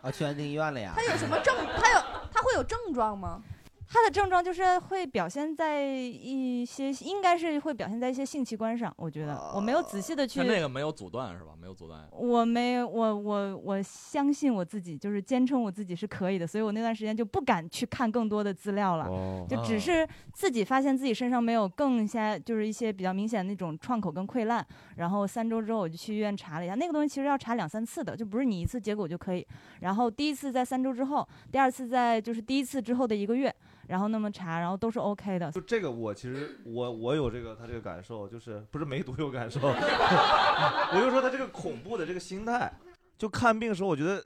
B: 啊，去安定医院了呀
C: 他？有什么症？他有他会有症状吗？
S: 它的症状就是会表现在一些，应该是会表现在一些性器官上。我觉得我没有仔细的去，
D: 那哦那个没有阻断是吧？没有阻断。
S: 我没有我我我相信我自己，就是坚称我自己是可以的，所以我那段时间就不敢去看更多的资料了，
M: 哦
A: 哦
S: 就
M: 嗯
S: 只是自己发现自己身上没有更加就是一些比较明显的那种创口跟溃烂，然后三周之后我就去医院查了一下，那个东西其实要查两三次的，就不是你一次结果就可以。然后第一次在三周之后，第二次在就是第一次之后的一个月，然后那么查，然后都是 OK 的
A: 就。这个，我其实我我有这个他这个感受，就是不是梅毒有感受， 我就说他这个恐怖的这个心态，就看病的时候，我觉得呃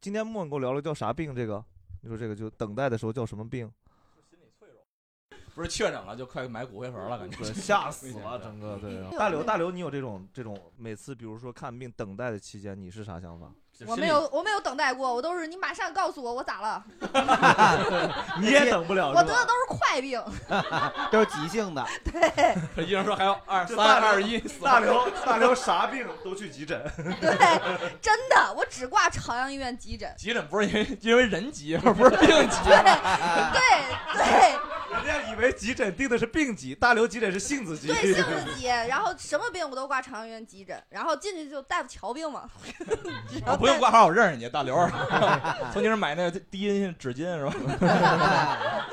A: 今天莫问跟我聊了叫啥病，这个你说这个就等待的时候叫什么病？
D: 不是确诊了就快买骨灰盒了，感觉
A: 对吓死了，整个对。啊
D: 啊
A: 大刘，大刘，你有这种这种每次比如说看病等待的期间，你是啥想法？
C: 我没有，我没有等待过，我都是你马上告诉我我咋了，
A: 你也等不了
C: 我
A: 是
C: 得的
A: 吧？
C: 都是快病。
B: 都是急性的。
C: 对
D: 医生说还有二
A: 这
D: 三
A: 大
D: 二
A: 刘
D: 一，
A: 大刘大刘啥病都去急诊，
C: 对，真的，我只挂朝阳医院急诊。
D: 急诊不是 因为因为人急，不是病急。
C: 对
A: 人家以为急诊定的是病急，大刘急诊是性子急。
C: 对，性子急，然后什么病我都挂朝阳医院急诊，然后进去就大夫瞧病嘛。
D: 我啊不用挂号，我认识你，大刘儿。曾经是买那个低音纸巾是吧？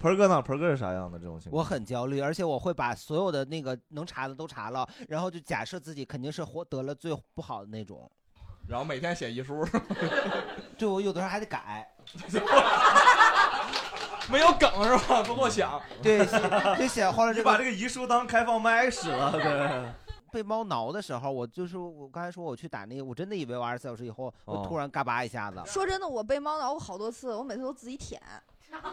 A: 盆儿哥呢？盆儿哥是啥样的这种情况？
B: 我很焦虑，而且我会把所有的那个能查的都查了，然后就假设自己肯定是活得了最不好的那种。
D: 然后每天写遗书，
B: 对我有的时候还得改。
D: 没有梗是吧？不够想。
B: 对，写就写后来这
A: 你把这个遗书当开放麦使了，对。
B: 被猫挠的时候，我就是我刚才说我去打那个，我真的以为我二十四小时以后，我
A: 哦
B: 突然嘎巴一下子，
C: 说真的，我被猫挠过好多次，我每次都自己舔，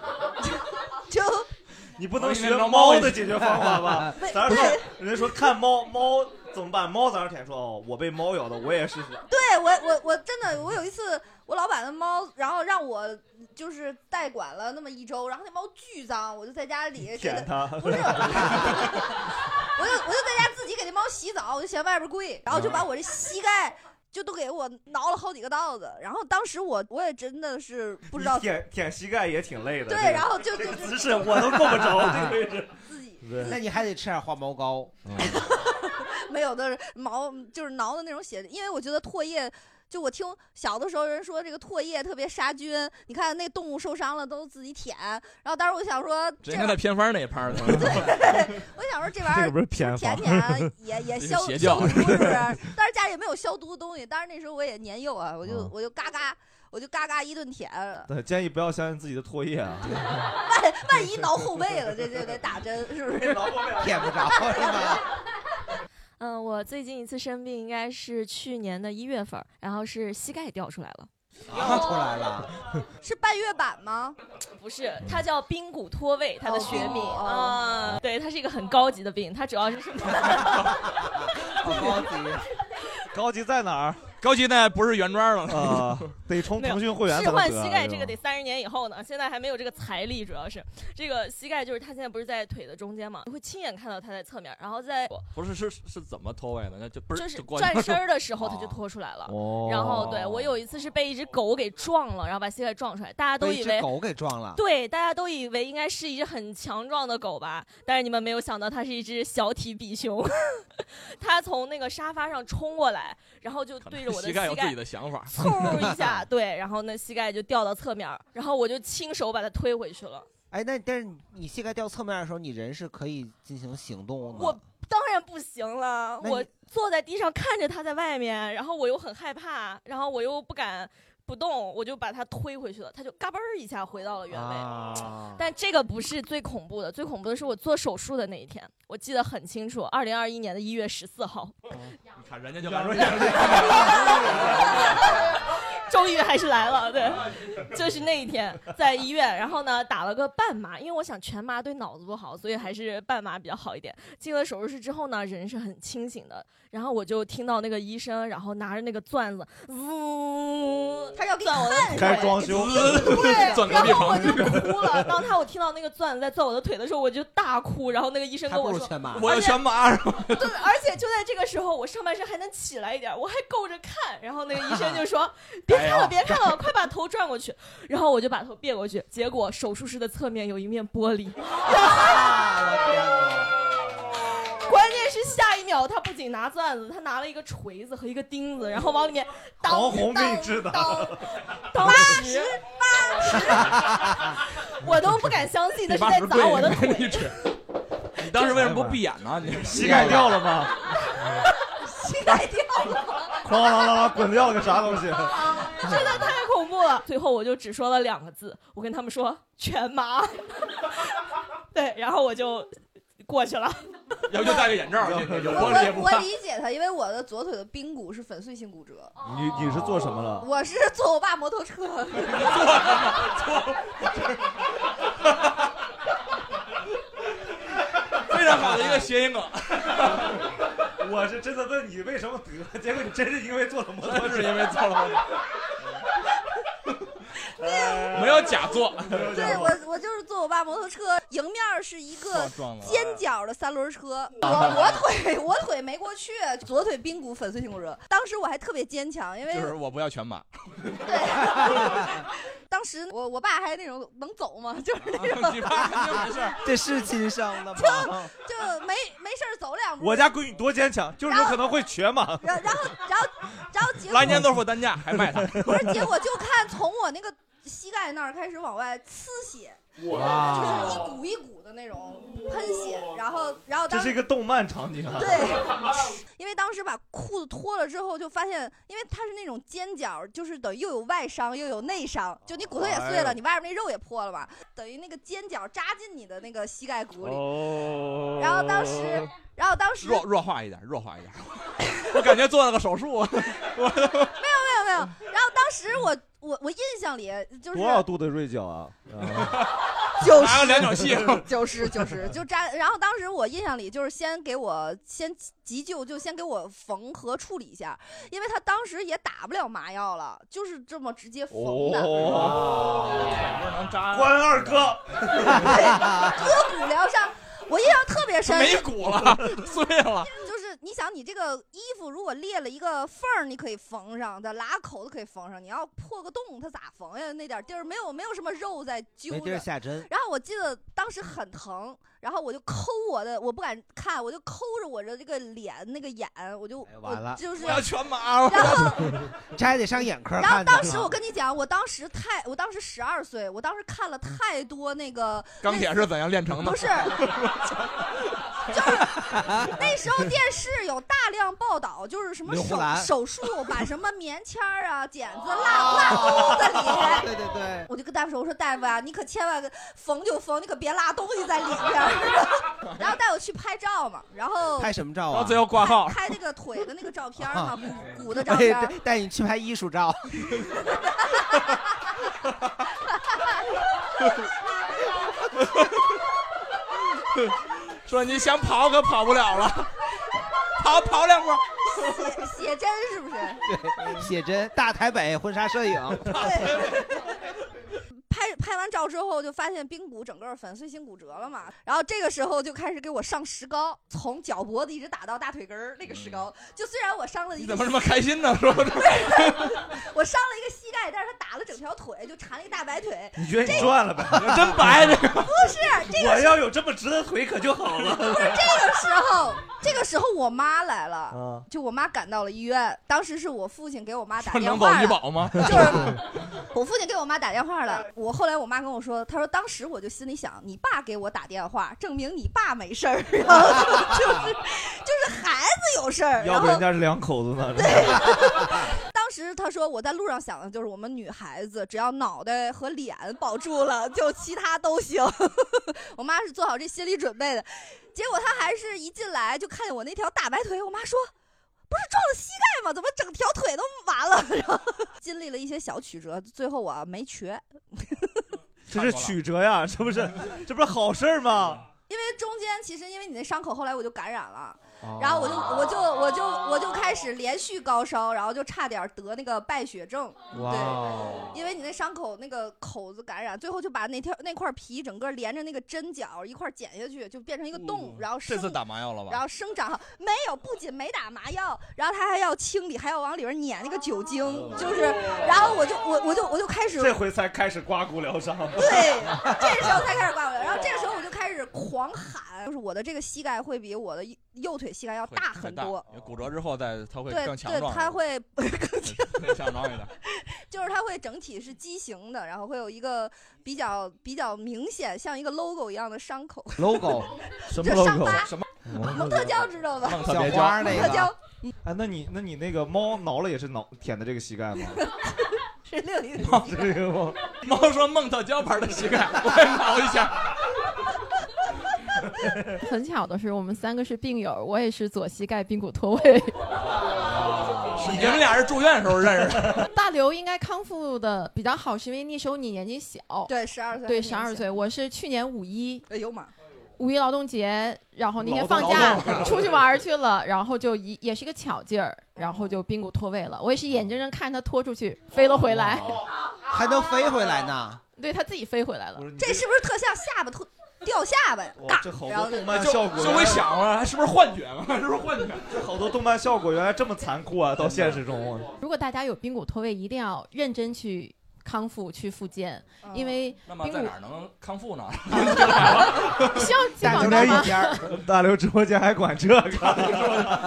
C: 就
A: 你不能
D: 哦因为
A: 学
D: 挠
A: 猫
D: 猫
A: 的解决方法吧
C: 对？
A: 咱说，人家说看猫，猫怎么办？猫在那舔，说哦，我被猫咬的，我也试试。
C: 对我我我真的，我有一次我老板的猫，然后让我就是代管了那么一周，然后那猫巨脏，我就在家里给它
A: 舔它，
C: 不是，我就我就在家自己给那猫洗澡，我就嫌外边贵，然后就把
A: 嗯
C: 我这膝盖就都给我挠了好几个道子。然后当时我我也真的是 不知道
A: 舔舔膝盖也挺累的。
C: 对
A: 这个
C: 然后就
A: 这个
C: 就就
A: 姿势我都够不着这个位置。对
B: 那你还得吃点化毛膏。
F: 嗯
C: 没有的毛就是挠的那种血，因为我觉得唾液，就我听小的时候人说这个唾液特别杀菌，你看那动物受伤了都自己舔，然后当时我想说这
D: 这应该在偏方那一趴儿呢。
C: 我想说这玩意儿
D: 这个不是偏
C: 舔
D: 方
C: 舔啊也也
D: 这是
C: 消
D: 邪
C: 消
D: 教
C: 毒是不是？但是家里也没有消毒的东西，当然那时候我也年幼啊，我就、
A: 嗯
C: 我就嘎嘎。我就嘎嘎一顿舔，
A: 对，建议不要相信自己的唾液 啊。
C: 万万一挠后背了，这就得打针，是不是？
A: 挠后背啊
B: 舔不着是吧？
R: 嗯，我最近一次生病应该是去年的一月份儿，然后是膝盖掉出来了。
B: 啊，出来
C: 哦
B: 了，
C: 是半月板吗？
R: 不是，它叫髌骨脱位，它的
C: 哦
R: 学名
C: 髌骨
R: 啊、
C: 哦
R: 对，它是一个很高级的病，它主要是什么？
A: 高级，高级在哪儿？
D: 高级在不是原装了
A: 啊，得充腾讯会员才
R: 置
A: 能得啊。
R: 换膝盖这个
A: 种
R: 得三十年以后呢，现在还没有这个财力，主要是这个膝盖就是它现在不是在腿的中间嘛，你会亲眼看到它在侧面，然后在
D: 不是是是怎么脱位的？那就啊不是
R: 就是
D: 光
R: 转身儿的时候它就脱出来了。
D: 哦
R: 然后对我有一次是被一只狗给撞了，然后把膝盖撞出来，大家都
B: 被一
R: 以
B: 只
R: 为
B: 狗给撞了。
R: 对，大家都以为应该是一只很强壮的狗吧，但是你们没有想到它是一只小体比熊， 它从那个沙发上冲过来，然后就对着我的
D: 膝
R: 膝
D: 盖
R: 盖
D: 有自己的想法，
R: 嗖 一下，对，然后那膝盖就掉到侧面儿，然后我就亲手把它推回去了。
B: 哎，那但是你膝盖掉侧面的时候，你人是可以进行行动的。
R: 我当然不行了，
B: 嗯那
R: 我
B: 你
R: 坐在地上看着它在外面，然后我又很害怕，然后我又不敢不动，我就把它推回去了，它就嘎嘣儿一下回到了原位。
B: 啊，
R: 但这个不是最恐怖的，最恐怖的是我做手术的那一天，我记得很清楚，二零二一年的一月十四号，
D: 你看人家就
R: 终于还是来了，对，就是那一天在医院，然后呢打了个半麻，因为我想全麻对脑子不好，所以还是半麻比较好一点。进了手术室之后呢，人是很清醒的，然后我就听到那个医生，然后拿着那个钻子，滋，
C: 他要给
R: 钻我的腿，
D: 开始装修钻
R: 对，
D: 隔壁
R: 然后我
D: 床
R: 就哭了。当他我听到那个钻子在钻我的腿的时候，我就大哭，然后那个医生跟我说，
D: 我要全麻是吧？
R: 对，而且就在这个时候，我上半身还能起来一点，我还够着看。然后那个医生就 说：“别看了，别看了，快把头转过去。”然后我就把头别过去，结果手术室的侧面有一面玻璃。 关键是下一秒，他不仅拿钻子，他拿了一个锤子和一个钉子，然后往里 面当
A: 黄宏给你
R: 当
A: 治的，
R: 当时， 我都不敢相信那
D: 你
R: 是
D: 妈
R: 在
D: 是不是
R: 砸我的
D: 跪着
R: 腿。
D: 你指你当时为什么不闭眼呢？你
A: 膝 盖掉了吗？
R: 膝盖掉了。
A: 哐啷啷啷滚掉了个啥东西？
R: 真的太恐怖了。最后我就只说了两个字，我跟他们说全麻。 对，然后我就过去了。
D: 要不就戴个眼罩，有有玻璃也
C: 我
D: 不
C: 我
D: 怕。
C: 理解他，因为我的左腿的髌骨是粉碎性骨折，
A: 你你是做什么了？
C: 我是坐我爸摩托车。
D: 非常好的一个谐音梗，
A: 我是真的问你为什么得，结果你真是因为坐了摩托车，
D: 是因为坐了摩托没有假做，
C: 啊对我，我就是坐我爸摩托车，迎面是一个
D: 撞
A: 啊
D: 了
C: 尖角的三轮 车，我我腿我腿没过去，左腿髌骨粉碎性骨折。当时我还特别坚强，因为
D: 就是 我不要全麻，
C: 当时我我爸还那种能走吗？ 就是那种
A: 啊
B: 这是亲生的吗？
C: 就没没事儿走两步。
A: 我家闺女多坚强，就是有可能会瘸嘛。
C: 然然后然后然后结果
D: 来年豆腐单价还卖它。
C: 不是结果就看从我那个膝盖那儿开始往外呲血，
A: 哇
C: 就是一股一股的那种喷血，然后然后
A: 这
C: 当
A: 是一
C: 时
A: 个动漫场景啊。
C: 对， 因为当时把裤子脱了之后，就发现，因为它是那种尖角，就是等于又有外伤又有内伤，就你骨头也碎
A: 哎
C: 了，
A: 呦
C: 你外面那肉也破了嘛，等于那个尖角扎进你的那个膝盖骨里。
D: 哦
C: 然后当时，然后当时
D: 弱弱化一点，弱化一点。 我感觉做了个 手术，
A: 啊
D: 我
C: 没有没有没有，然后当时我我我印象里就是
A: 多少度的锐 角啊？
C: 九
A: 拿个量角器
C: 九十九十就扎。然后当时我印象里就是先给我先急救，就先给我缝合处理一下，因为他当时也打不了麻药了，就是这么直接缝的。
A: 哦
D: 能扎
A: 关二哥，
C: 对，割骨疗伤，我印象特别深。
D: 没骨了，碎了。
C: 就是你想，你这个衣服如果裂了一个缝儿，你可以缝上；它拉口子可以缝上。你要破个洞，它咋缝呀？那点地儿没有，没有什么肉在揪着。
B: 没地儿下针
C: 然后我记得当时很疼，然后我就抠我的，我不敢看，我就抠着我的这个脸那个眼，我就、
B: 哎完了，
C: 我就是
E: 我要全麻 了。
B: 这还得上眼科
C: 然后
B: 看呢
C: 当时我跟你讲，我当时太，我当时十二岁，我当时看了太多那个
E: 钢铁是怎样炼成的？
C: 不是，那时候电视有大量报道，就是什么
E: 刘胡
C: 手
E: 兰
C: 手术把什么棉签儿啊、剪子落落肚子里。
B: 哦 对对对，
C: 我就跟大夫说：“我说大夫啊，你可千万缝就缝，你可别拉东西在里边儿。” 然后带我去拍照嘛，然后
B: 拍什么照啊？
E: 然后最后挂号
C: 拍那个腿的那个照片儿嘛
B: 啊，
C: 骨骨的照片儿
B: 哎。带带你去拍艺术 照。哎
E: 说你想跑可跑不了了，跑跑两步。
C: 写写真是不是？
B: 对，写真大台北婚纱摄 影，
C: 拍拍完照之后，就发现髌骨整个粉碎性骨折了嘛。然后这个时候就开始给我上石膏，从脚脖子一直打到大腿根儿那个石膏。就虽然我伤了一
E: 你
C: 个，
E: 怎么这么开心呢？说
C: 我伤了一个膝盖，但是他打了整条腿，就缠了一大白腿。
A: 你觉得你赚了呗？真
E: 白这
C: 不是这个
A: 我
C: 是
A: 要有这么直的腿可就好
C: 不是
A: 了。
C: 这个时候，这个时候我妈来了
A: 啊，
C: 就我妈赶到了医院。当时是我父亲给我妈打电
E: 能
C: 话
E: 保
C: 了
E: 医保吗？
C: 我父亲给我妈打电话了，我后来我妈跟我说，她说当时我就心里想，你爸给我打电话，证明你爸没事儿，然后 就是就是孩子有事儿，
A: 要
C: 然
A: 不
C: 后
A: 人家是两口子呢。
C: 当时她说我在路上想的就是我们女孩子只要脑袋和脸保住了，就其他都行。 我妈是做好这心理准备的，结果她还是一进来就看见我那条大白腿，我妈说。不是撞了膝盖吗？怎么整条腿都完了？ 然后经历了一些小曲折，最后我没瘸，
A: 这是曲折呀，这不是，这不是好事儿吗？
C: 因为中间其实因为你那伤口，后来我就感染了，
A: 哦
C: 然后我就我就我就我就开始连续高烧，然后就差点得那个败血症，
F: 哦
E: 哇
C: 因为你那伤口那个口子感染，最后就把那条那块皮整个连着那个针脚一块儿剪下去，就变成一个洞，然后
E: 嗯这
C: 生
E: 次打麻药了吧？
C: 然后生长没有，不仅没打麻药，然后他还要清理，还要往里边撵那个酒精，
E: 哦
C: 就是，然后我就我我就我就开始
A: 这回才开始刮骨疗伤。
C: 对，这时候才开始挂我，然后这时候我就开始狂喊，就是我的这个膝盖会比我的右右腿膝盖要大很多，，
E: 骨折之后再它会
C: 对
E: 更强
C: 对，
E: 壮，
C: 它会
E: 更强壮一点。
C: 就是它会整体是畸形的，然后会有一个比较比较明显像一个 logo 一样的 伤口
B: logo
A: 什么
C: 这伤
A: logo？
C: 疤
E: 什么？
C: 蒙特胶知道吧？
A: 蒙特别
B: 小花那
C: 蒙
B: 个
C: 特胶
A: 哎，那你那你那个猫挠了也是挠舔的这个膝盖吗？
C: 是另一个。
A: 是这个吗？
E: 猫说梦到胶牌的膝盖，我也挠一下。
T: 很巧的是，我们三个是病友，我也是左膝盖髌骨脱 位。
A: 哦
E: 你们俩是住院的时候认识 的，
T: 大刘应该康复的比较好，是因为那时候你年纪小，
C: 对，十二岁，
T: 对，十二岁，我是去年五一，
C: 哎呦妈，
T: 五一劳动节，然后那天
C: 劳
T: 放
C: 动劳
T: 假
C: 动
T: 出去玩儿去了，然后就一也是个巧劲儿，然后就髌骨脱位了，我也是眼睁睁看着他拖出去，飞了回来，
B: 还能飞回来呢。
T: 对他自己飞回来了，
C: 这哦是不是特像下 巴脱掉下巴呀？嘎，然后
A: 动漫效果
E: 就会想啊，是不是幻觉嘛？ 是不是幻觉？
A: 这好多动漫效果原来这么残酷啊！到现实中，
T: 如果大家有髌骨脱位，一定要认真去康复、去复健，
C: 嗯
T: 因为
E: 那
T: 髌
E: 么在
T: 骨
E: 哪儿能康复呢？
T: 需要进广告吗？
A: 大刘直播间还管 这个？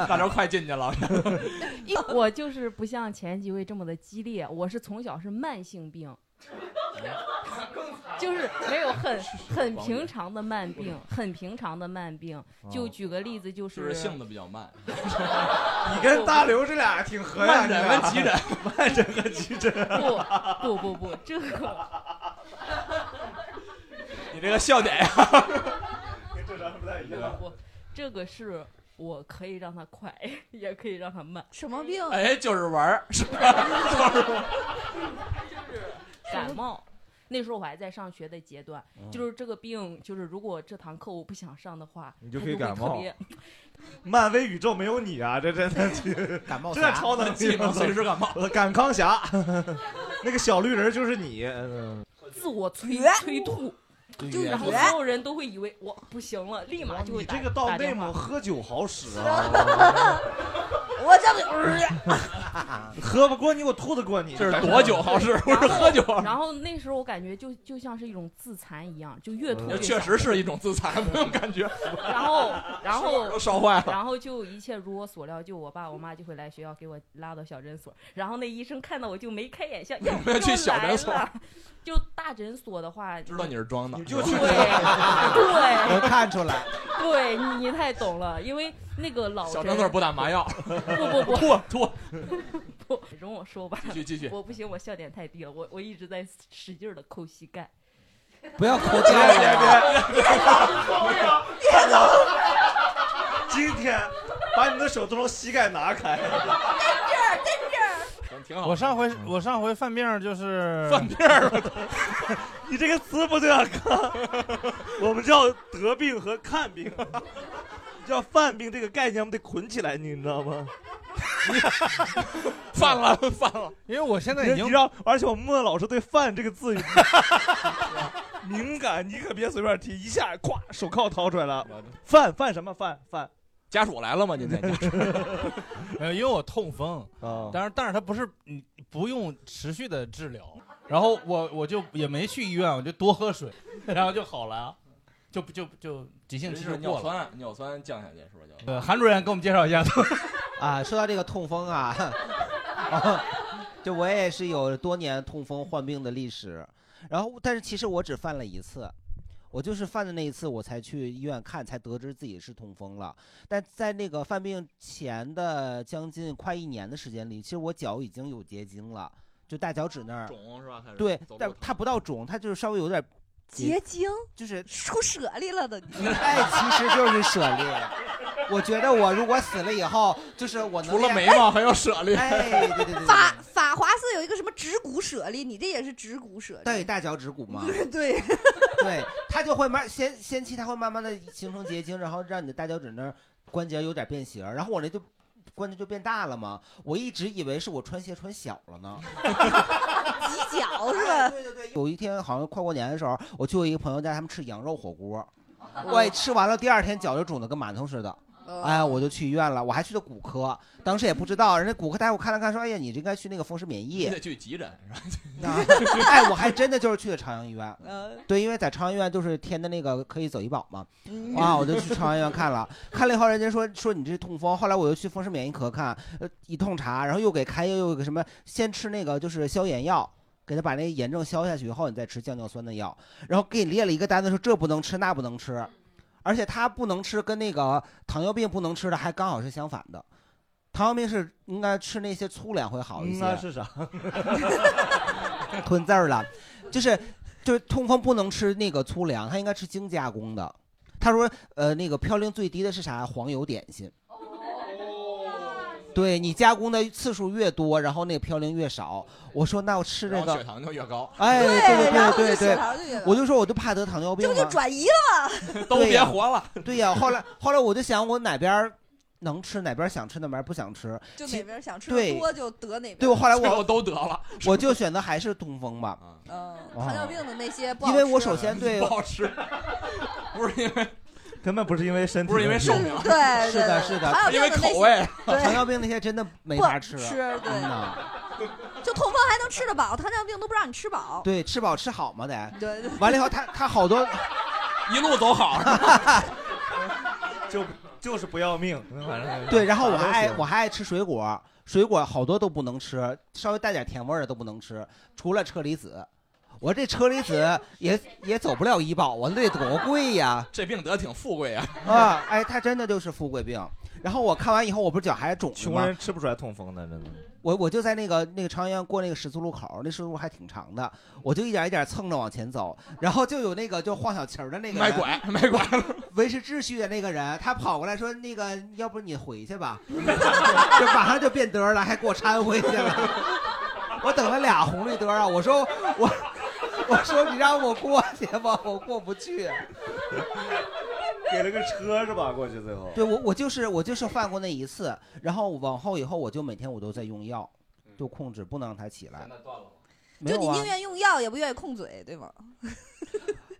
E: 大刘快进去了，
U: 我就是不像前几位这么的激烈，我是从小是慢性病，
D: 哎
U: 就是没有很很平常的慢病，很平常的慢病。就举个例子，就
E: 哦就是是性子比较 慢。
A: 你跟大刘这俩挺合呀，
E: 慢诊和急 诊，
A: 慢诊和急诊。
U: 不 不不不，这个
E: 你这个笑点呀，
A: 跟正常不太一样。
U: 这个是我可以让它快， 也可以让它慢。
C: 什么病啊
E: 哎，就是玩儿，是 吧？就是
U: 感冒。那时候我还在上学的阶段，
A: 嗯
U: 就是这个病，就是如果这堂课我不想上的话，
A: 你就
U: 它
A: 可以
U: 会
A: 感
U: 特
A: 冒
U: 别
A: 漫威宇宙没有你啊！这真的
B: 感冒
A: 真的
B: 侠
A: 超能力
E: 技能随时感冒。
A: 我感康 侠，那个小绿人就是你。嗯
U: 自我催催吐，
O: 就然后所有人都会以为我不行了，立马就会
A: 你
O: 打
A: 这个到内蒙喝酒好使啊！
C: 我这不，呃
A: 喝吧，关你我吐的关你。
D: 这是躲酒好使 不是喝酒啊好使
O: 然后那时候我感觉就就像是一种自残一样，就越吐
D: 那
O: 越
D: 确实是一种自残，不用感觉。
O: 想。然后，然后
D: 都烧坏了
O: 然后就一切如我所料，就我爸我妈就会来学校给我拉到小诊所，然后那医生看到我就没开眼笑，哟
D: 去小诊所，
O: 又来了就大诊所的话，知
D: 知道你是装的，
O: 就去对 对
B: 能看出来。
O: 对你你太懂了，因为那个老
D: 小
O: 诊
D: 张那儿不打麻药，
O: 哦 不不
D: 吐吐，
O: 不，容我说吧。
D: 继续继续
O: 我不行，我笑点太低了，我我一直在使劲的抠膝盖。
B: 不要抠
A: 别别别！ 别老今天把你的手都从膝盖拿开。
F: 我上
A: 嗯
F: 回我上回犯病儿就是
A: 犯病了， 你这个词不对啊，哥。我们叫得病和看病，叫犯病这个概念，我们得捆起来，你知道吗？
D: 犯了，犯了，
F: 因为我现
A: 在已经让，而且我莫老师对“犯”这个字 敏感，你可别随便提，一下咵手铐掏出来了，犯犯什么犯犯？
D: 家属来了吗？今天 家属
F: 没有，因为我痛风
A: 啊，
F: 但是但是它不是你不用持续的治疗，然后我我就也没去医院，我就多喝水， 然后就好了，就就就急性期
D: 是
F: 就
D: 尿
F: 过了。
D: 酸，尿酸降下去是不是就？
F: 呃， 韩主任给我们介绍一下，
B: 啊，说到这个痛风啊， 就我也是有多年痛风患病的历史，然后但是其实我只犯了一次，我就是犯的那一次，我才去医院看，才得知自己是痛风了。但在那个犯病前的将近快一年的时间里，其实我脚已经有结晶了，就大脚趾那儿
D: 肿是吧开始
B: 对
D: 走路，
B: 但它不到肿，它就是稍微有点
C: 结晶
B: 哎就是
C: 出舍利了的。
B: 哎，其 实就是舍利。我觉得我如果死了以后，就是我能
D: 除了
B: 练
D: 眉毛还有舍利
B: 哎，对对对对，
C: 法法华寺有一个什么指骨舍利，你这也是指骨舍利。
B: 对大脚趾骨 嘛，
C: 对，
B: 对，它就会慢先先期它会慢慢的形成结晶，然后让你的大脚趾那儿关节有点变形，然后我那就关节就变大了嘛。我一直以为是我穿鞋穿小了呢。
C: 挤 脚是吧？
B: 对对对，有一天好像快过年的时候，我去我一个朋友家，他们吃羊肉火锅，我吃完了第二天脚就肿得跟馒头似的。哎，我就去医院了，我还去的骨科，当时也不知道，人家骨科大夫看了看说，哎呀，你这应该去那个风湿免
D: 你
B: 疫
D: 得。去急诊是吧
B: 啊？ 哎，我还真的就是去的朝阳医院
D: 嗯，
B: 对，因为在朝阳医院就是填的那个可以走医保嘛
D: 嗯，
B: 啊，我就去朝阳医院看了， 看了以后人家说说你这是痛风，后来我又去风湿免疫科看，呃，一通查，然后又给开又有个什么，先吃那个就是消炎药。给他把那个炎症消下去以后，你再吃降尿酸的药，然后给你列了一个单子，说这不能吃，那不能吃，而且他不能吃跟那个糖尿病不能吃的还刚好是相反的，糖尿病是应该吃那些粗粮会好一些。
A: 嗯那是啥？
B: 吞字儿了，就是就是痛风不能吃那个粗粮，他应该吃精加工的。他说，呃，那个嘌呤最低的是啥？黄油点心。
C: 哦
B: 对你加工的次数越多，然后那个嘌呤越少。我说那我吃这
D: 然后血
B: 个，
D: 糖就越高。
B: 哎，对
C: 然后
B: 对对
C: 就血
B: 对
C: 糖就越高
B: 我就说我就怕得糖尿病
C: 这
B: 嘛，
C: 不就转移 了？
D: 都别活了。
B: 对呀、后来后来我就想我哪边儿能吃，哪边儿想吃，哪边儿不想吃。
C: 就
B: 其
C: 哪边想吃的
B: 对
C: 多就得哪边。
B: 对，我后来
D: 最
B: 我
D: 后都得了，啊
B: 我就选择还是痛风吧。
C: 嗯，
B: 哦
C: 糖尿病的那些不好
B: 因
C: 吃，
B: 为我首先对
D: 不好吃，不是因为
A: 根本不是因为身体，
D: 不是因为寿命
B: 嗯
C: 对对
B: 是的，是的
C: 糖，尿病的那些因为口味对
B: 糖尿病那些真的没法吃
C: 不好吃对
B: 嗯呐
C: 就痛风还能吃得饱，糖尿病都不让你吃饱。
B: 对，吃饱吃好嘛得。
C: 对哎对
B: 完了以后，他他好多
D: 一路走好，
A: 就就是不要命，反正
B: 对，然后我还爱
A: 啥都行
B: 我还爱吃水果，水果好多都不能吃，稍微带点甜味儿的都不能吃，除了车厘子。我这车厘子也也走不了医保啊，那得多贵呀！
D: 这病得挺富贵啊。
B: 啊，哎，他真的就是富贵病。然后我看完以后，我不是脚还肿着
A: 穷
B: 吗
A: 人？吃不出来痛风的，真的。
B: 我我就在那个那个朝阳医院过那个十字路口，那十字路还挺长的，我就一点一点蹭着往前走，然后就有那个就晃小旗儿的那个
D: 卖
B: 人
D: 拐卖拐，
B: 维持秩序的那个人，他跑过来说：“那个，要不你回去 吧。”就马上就变嘚了，还给我搀回去了。 我等了俩红绿灯啊，我说我我说你让我过去吧，我过不去。
A: 给了个车是吧？过去最后
B: 对我我就是我就是犯过那一次，然后往后以后我就每天我都在用药，
E: 嗯
B: 就控制不能让它起来。没
C: 就
B: 有
C: 你
B: 啊
C: 宁愿用药也不愿意控嘴，对吗？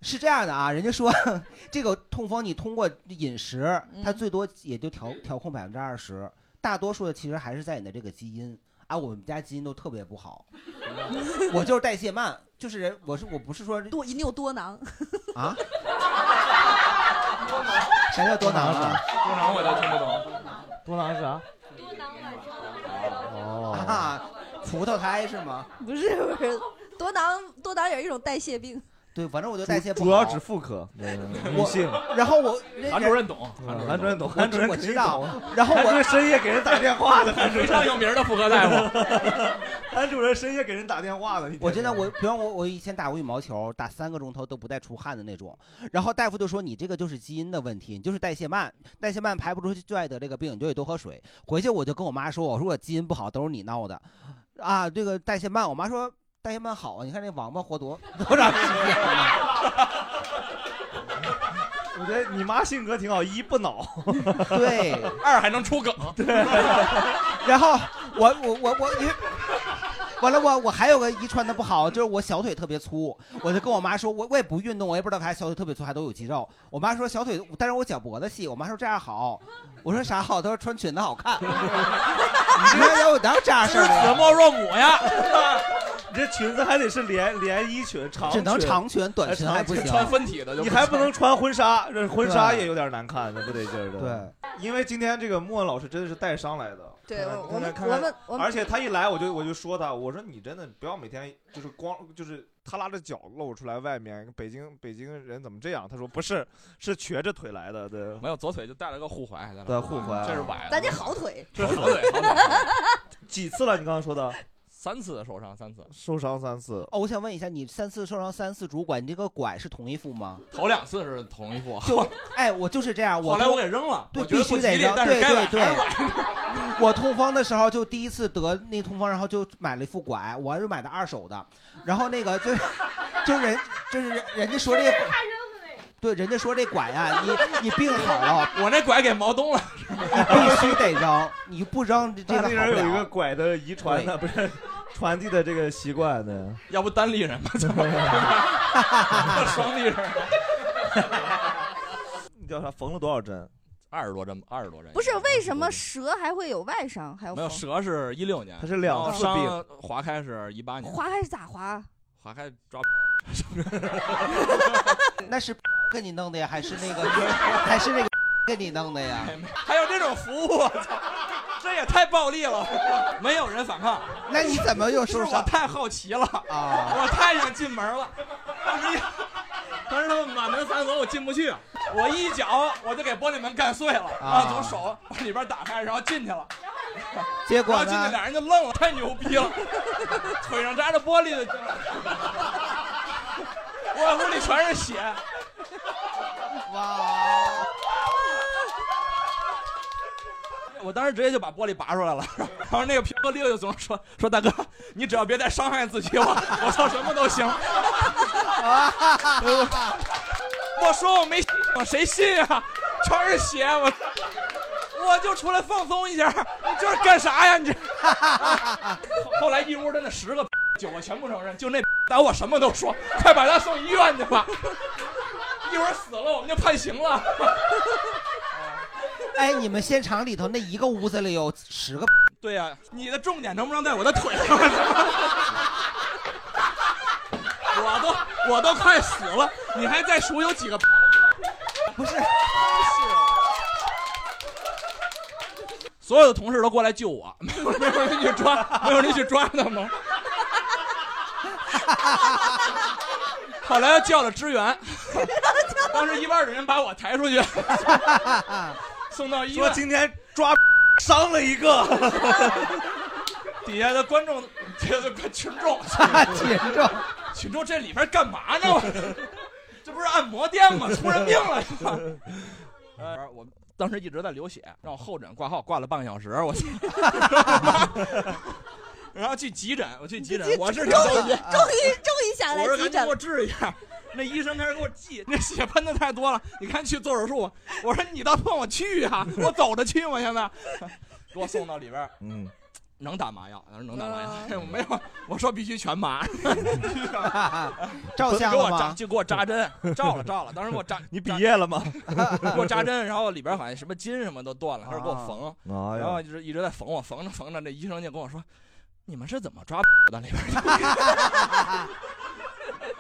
B: 是这样的啊，人家说这个痛风你通过饮食，
C: 嗯
B: 它最多也就调调控百分之二十，大多数的其实还是在你的这个基因啊。我们家基因都特别不好， 我就是代谢慢，就是人，我是我不是说
C: 多你有多囊，
B: 啊，啥叫多囊啊？
E: 多囊我就听不懂。
B: 多囊是啥？
E: 哦
B: 啊，葡萄胎是吗？
C: 不是不是，多囊多囊也是一种代谢病。
B: 对，反正我就
A: 主
B: 代谢不好。
A: 主要指妇科，女
B: 我
A: 性。
B: 然后我
A: 韩主任懂嗯韩主任懂，
B: 我
A: 韩主任
B: 我
A: 肯
B: 知
A: 定
B: 道
A: 懂
B: 然后我
A: 韩主任深夜给人打电 话的， 韩主任
E: 非常有名的妇科大夫。
A: 韩主任深夜给人打电话的，
B: 我真的我，比方我我以前打过羽毛球，打三个钟头都不带出汗的那种，然后大夫就说你这个就是基因的问题，你就是代谢慢，代谢慢排不出去就爱得这个病，你就得多喝水。回去我就跟我妈说，我说我基因不好，都是你闹的，啊，这个代谢慢。我妈说代谢慢好啊，你看那王八活多多长时间啊。
A: 我觉得你妈性格挺好，一不 恼，
B: 对，
E: 二还能出梗，
A: 对，
B: 然后我我我我因为。完了我，我还有个遗传的不好，就是我小腿特别粗，我就跟我妈说，我我也不运动，我也不知道为啥小腿特别粗，还都有肌肉。我妈说小腿，但是我脚脖子细，我妈说这样好，我说啥好？她说穿裙子好 看。你看有哪有这样式儿的呀？
E: 貌若母呀！
A: 你 这裙子还得是连连衣裙，哎长
B: 只能长裙短裙还不行穿
E: 分体的就不
A: 你
E: 行
A: 还不能穿婚纱，这婚纱
E: 对
A: 也有点难看，那不得劲儿的。对，因为今天这个莫文老师真的是带伤来的。
C: 对
A: 看看
C: 我我们
A: 看看
C: 我们我们
A: 而且他一来我就我就说他，我说你真的不要每天就是光就是他拉着脚露出来外面，北京北京人怎么这样？他说不是，是瘸着腿来的，对。
E: 没有左腿就带了个护踝，带了
A: 对
E: 个
A: 护踝
E: 这是崴的。
C: 咱这好腿，
E: 这是好腿，好腿。
A: 几次了？你刚刚说的
E: 三次受伤，三次
A: 受伤三次。
B: 哦，我想问一下，你三次受伤，三次拄拐，你这个拐是同一副吗？
E: 头两次是同一 副，
B: 就哎，我就是这样，我
E: 后来
B: 痛
E: 我给扔了
B: 对，
E: 我觉得
B: 必须
E: 不
B: 得
E: 吉利
B: 扔，
E: 但是
B: 对
E: 该
B: 对
E: 崴
B: 对
E: 还是。
B: 我痛风的时候就第一次得那痛风，然后就买了一副拐，我还是买的二手的，然后那个就就人就是人人家说这个。对，人家说这拐呀、你你病好了，
E: 我那拐给毛东了，
B: 必须得扔，你不扔这
A: 当
B: 个
A: 地
B: 好
A: 人
B: 不
A: 有一
B: 了
A: 个。拐的遗传的，不是传递的这个习惯的。
E: 要不单立人 吧，怎么 双立人？
A: 你叫啥？缝了多少针？
E: 二十多针吧，二十多针。
C: 不是为什么蛇还会有外伤，还有
E: 没有
C: 缝
E: 蛇是一六年，
A: 它是两次
E: 然后
A: 病
E: 伤划开是一八年，
C: 划还是咋划？
E: 划开抓。
B: 那 是跟你弄的呀，还是那个还是那个跟你弄的呀？
E: 还有这种服务， 我操，这也太暴力了，没有人反抗。
B: 那你怎么又
E: 是
B: 受
E: 我
B: 伤
E: 太好奇了
B: 啊
E: 我太想进门了，当时一当时他们满门反锁，我进不去，啊我一脚我就给玻璃门干碎了，
B: 啊
E: 然后从手往里边打开，然后进去了。
B: 结果
E: 然后进去
B: 呢？
E: 俩人就愣了，太牛逼了，腿上扎着玻璃的，我屋里全是血。
B: 哇！
E: 我当时直接就把玻璃拔出来了，然后那个评论六就总说说大哥，你只要别再伤害自己，我我操什么都行。 我说我没信，我谁信啊？全是血，我我就出来放松一下，你这是干啥呀？你这。 后后来一屋真的十个九个全不承认，就那打我什么都说，快把他送医院去吧， 一会儿死了我们就判刑了。
B: 哎，你们现场里头那一个屋子里有十 个，
E: 对呀、你的重点能不能在我的腿上？ 我都我都快死了，你还在数有几个？
B: 不是，，
E: 所有的同事都过来救我， 没有没有人去抓，没有人去抓他们。后来又叫了 支援，当时一班的人把我抬出去，送到医院。
A: 说今天抓伤了一个，
E: 底下的观众，底下的群 众
B: 群众，
E: 群众这里边干嘛呢？我 这不是按摩店吗？出人命了！ 呃，我当时一直在流血，让我候诊挂号挂了半个小时，我去，然后去急诊，我去急诊，我是啊
C: 终于终于终于想来
E: 我说
C: 急
E: 赶紧
C: 诊
E: 给我治一下。那医生开始给我记，那血喷的太多了，你看去做手术吧。啊 我说你倒放我去呀、我走着去吗？现在给我送到里边儿，哎
A: 嗯，
D: 能打麻药，他说能打麻药，我没有，我说必须全麻，
B: 照相
D: 给我
B: 了吗
D: 扎就给我扎针，照了 照了，当时给我扎，
A: 你毕业了吗？
C: 啊
D: 给我扎针，然后里边好像什么筋什么都断了，他说给我缝，
A: 啊哎呀
D: 然后就是一直在缝我，缝着缝着，那医生就跟我说，你们是怎么抓的里边？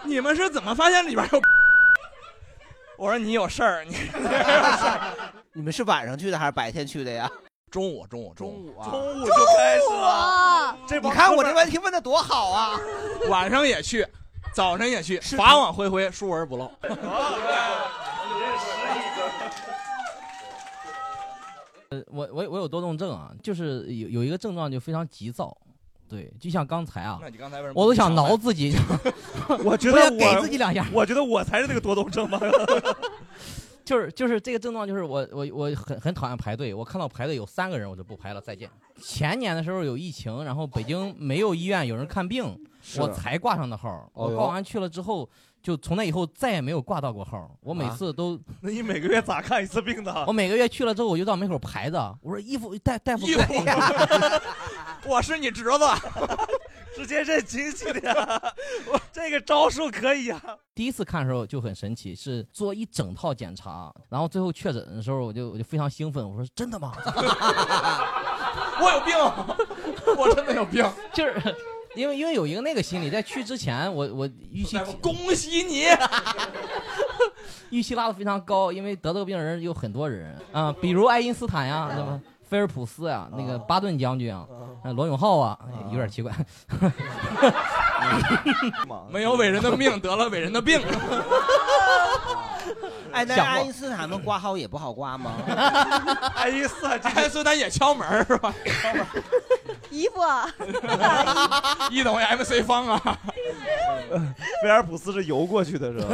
D: 你们是怎么发现里边 有？我说你有事儿，你
B: 你们是晚上去的还是白天去的呀？
D: 中午，中午，中
B: 午啊，
A: 中
B: 午啊
A: 就开始了这
B: 你
A: 帮
B: 看
A: 哥
B: 我
A: 们
B: 这
A: 儿
B: 问题问的多好啊！
D: 晚上也去，早晨也去，法网恢恢，疏而不漏。
A: 啊
L: 呃，我我我有多动症啊，就是有有一个症状就非常急躁，对，就像刚才啊，
D: 那你刚才为什么
L: 我都想
D: 挠
L: 挠自己，
A: 我觉
L: 不
A: 得
L: 是
A: 我
L: 给自己两下，
A: 我觉得我才是那个多动症吧。
L: 就是就是这个症状，就是我我我很很讨厌排队，我看到排队有三个人我就不排了，再见。前年的时候有疫情，然后北京没有医院有人看病，
D: 是
L: 我才挂上的号。
D: 哦
L: 我
D: 哟
L: 挂完去了之后，就从那以后再也没有挂到过号。我每
A: 啊
L: 次都，
A: 那你每个月咋看一次病呢？
L: 我每个月去了之后，我就到门口排着，我说衣服大大夫
D: 衣
L: 给
D: 服
L: 我，
D: 我是你侄子，
A: 直接认亲戚的呀， 我这个招数可以啊。
L: 第一次看的时候就很神奇，是做一整套检查，然后最后确诊的时候，我就我就非常兴奋，我说真的吗？
D: 我有病，我真的有病，
L: 就是因为因为有一个那个心理，在去之前我我预期
D: 恭喜你，
L: 预期拉的非常高，因为得这个病人有很多人啊、比如爱因斯坦
D: 嗯
L: 呀，那么菲尔普斯呀，那个巴顿将军啊，呃罗永浩
D: 嗯
L: 啊，有点奇怪。
D: 没有伟人的命，得了伟人的病。
B: 哎，那
D: 想过
B: 爱因斯坦们挂号也不好挂吗？
A: 爱因斯坦，
D: 爱因斯坦也敲门儿是吧？
C: 衣
H: 啊
C: 服，
N: 啊
D: 一等为 MC 方啊，
A: 威尔普斯是游过去的 是 吧？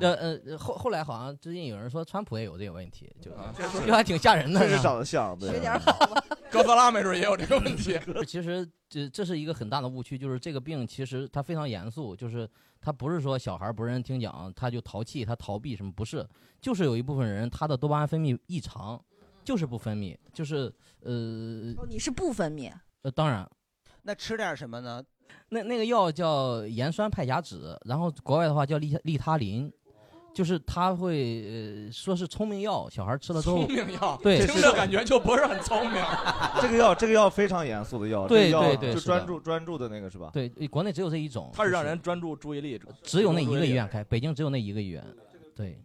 L: 呃呃，后后来好像最近有人说川普也有这个问题，就
D: 这是
L: 就还挺吓人的，
A: 确实长得像对学点好
D: 啊哥斯拉没准也有这个问题。
L: 其实这这是一个很大的误区，就是这个病其实它非常严肃，就是它不是说小孩不认真听讲他就淘气，他逃避什么不是，就是有一部分人他的多巴胺分泌异常，就是不分泌，就是呃
C: 哦，你是不分泌，
L: 呃，当然
B: 那吃点什么呢？
L: 那那个药叫盐酸派甲酯，然后国外的话叫利利他林，就是它会呃说是聪明药，小孩吃了之后
D: 聪明药，
L: 对，
D: 听着 感觉就不是很聪明。
A: 这个药，这个药非常严肃的药，
L: 对
A: 这个药
L: 对对
A: 嗯就是
L: 的
A: 专注专注的那个是吧？
L: 对，国内只有这一种，
D: 它是让
L: 就是
D: 人专注注意力，
L: 只有那一个医院开，北京只有那一个医院，对。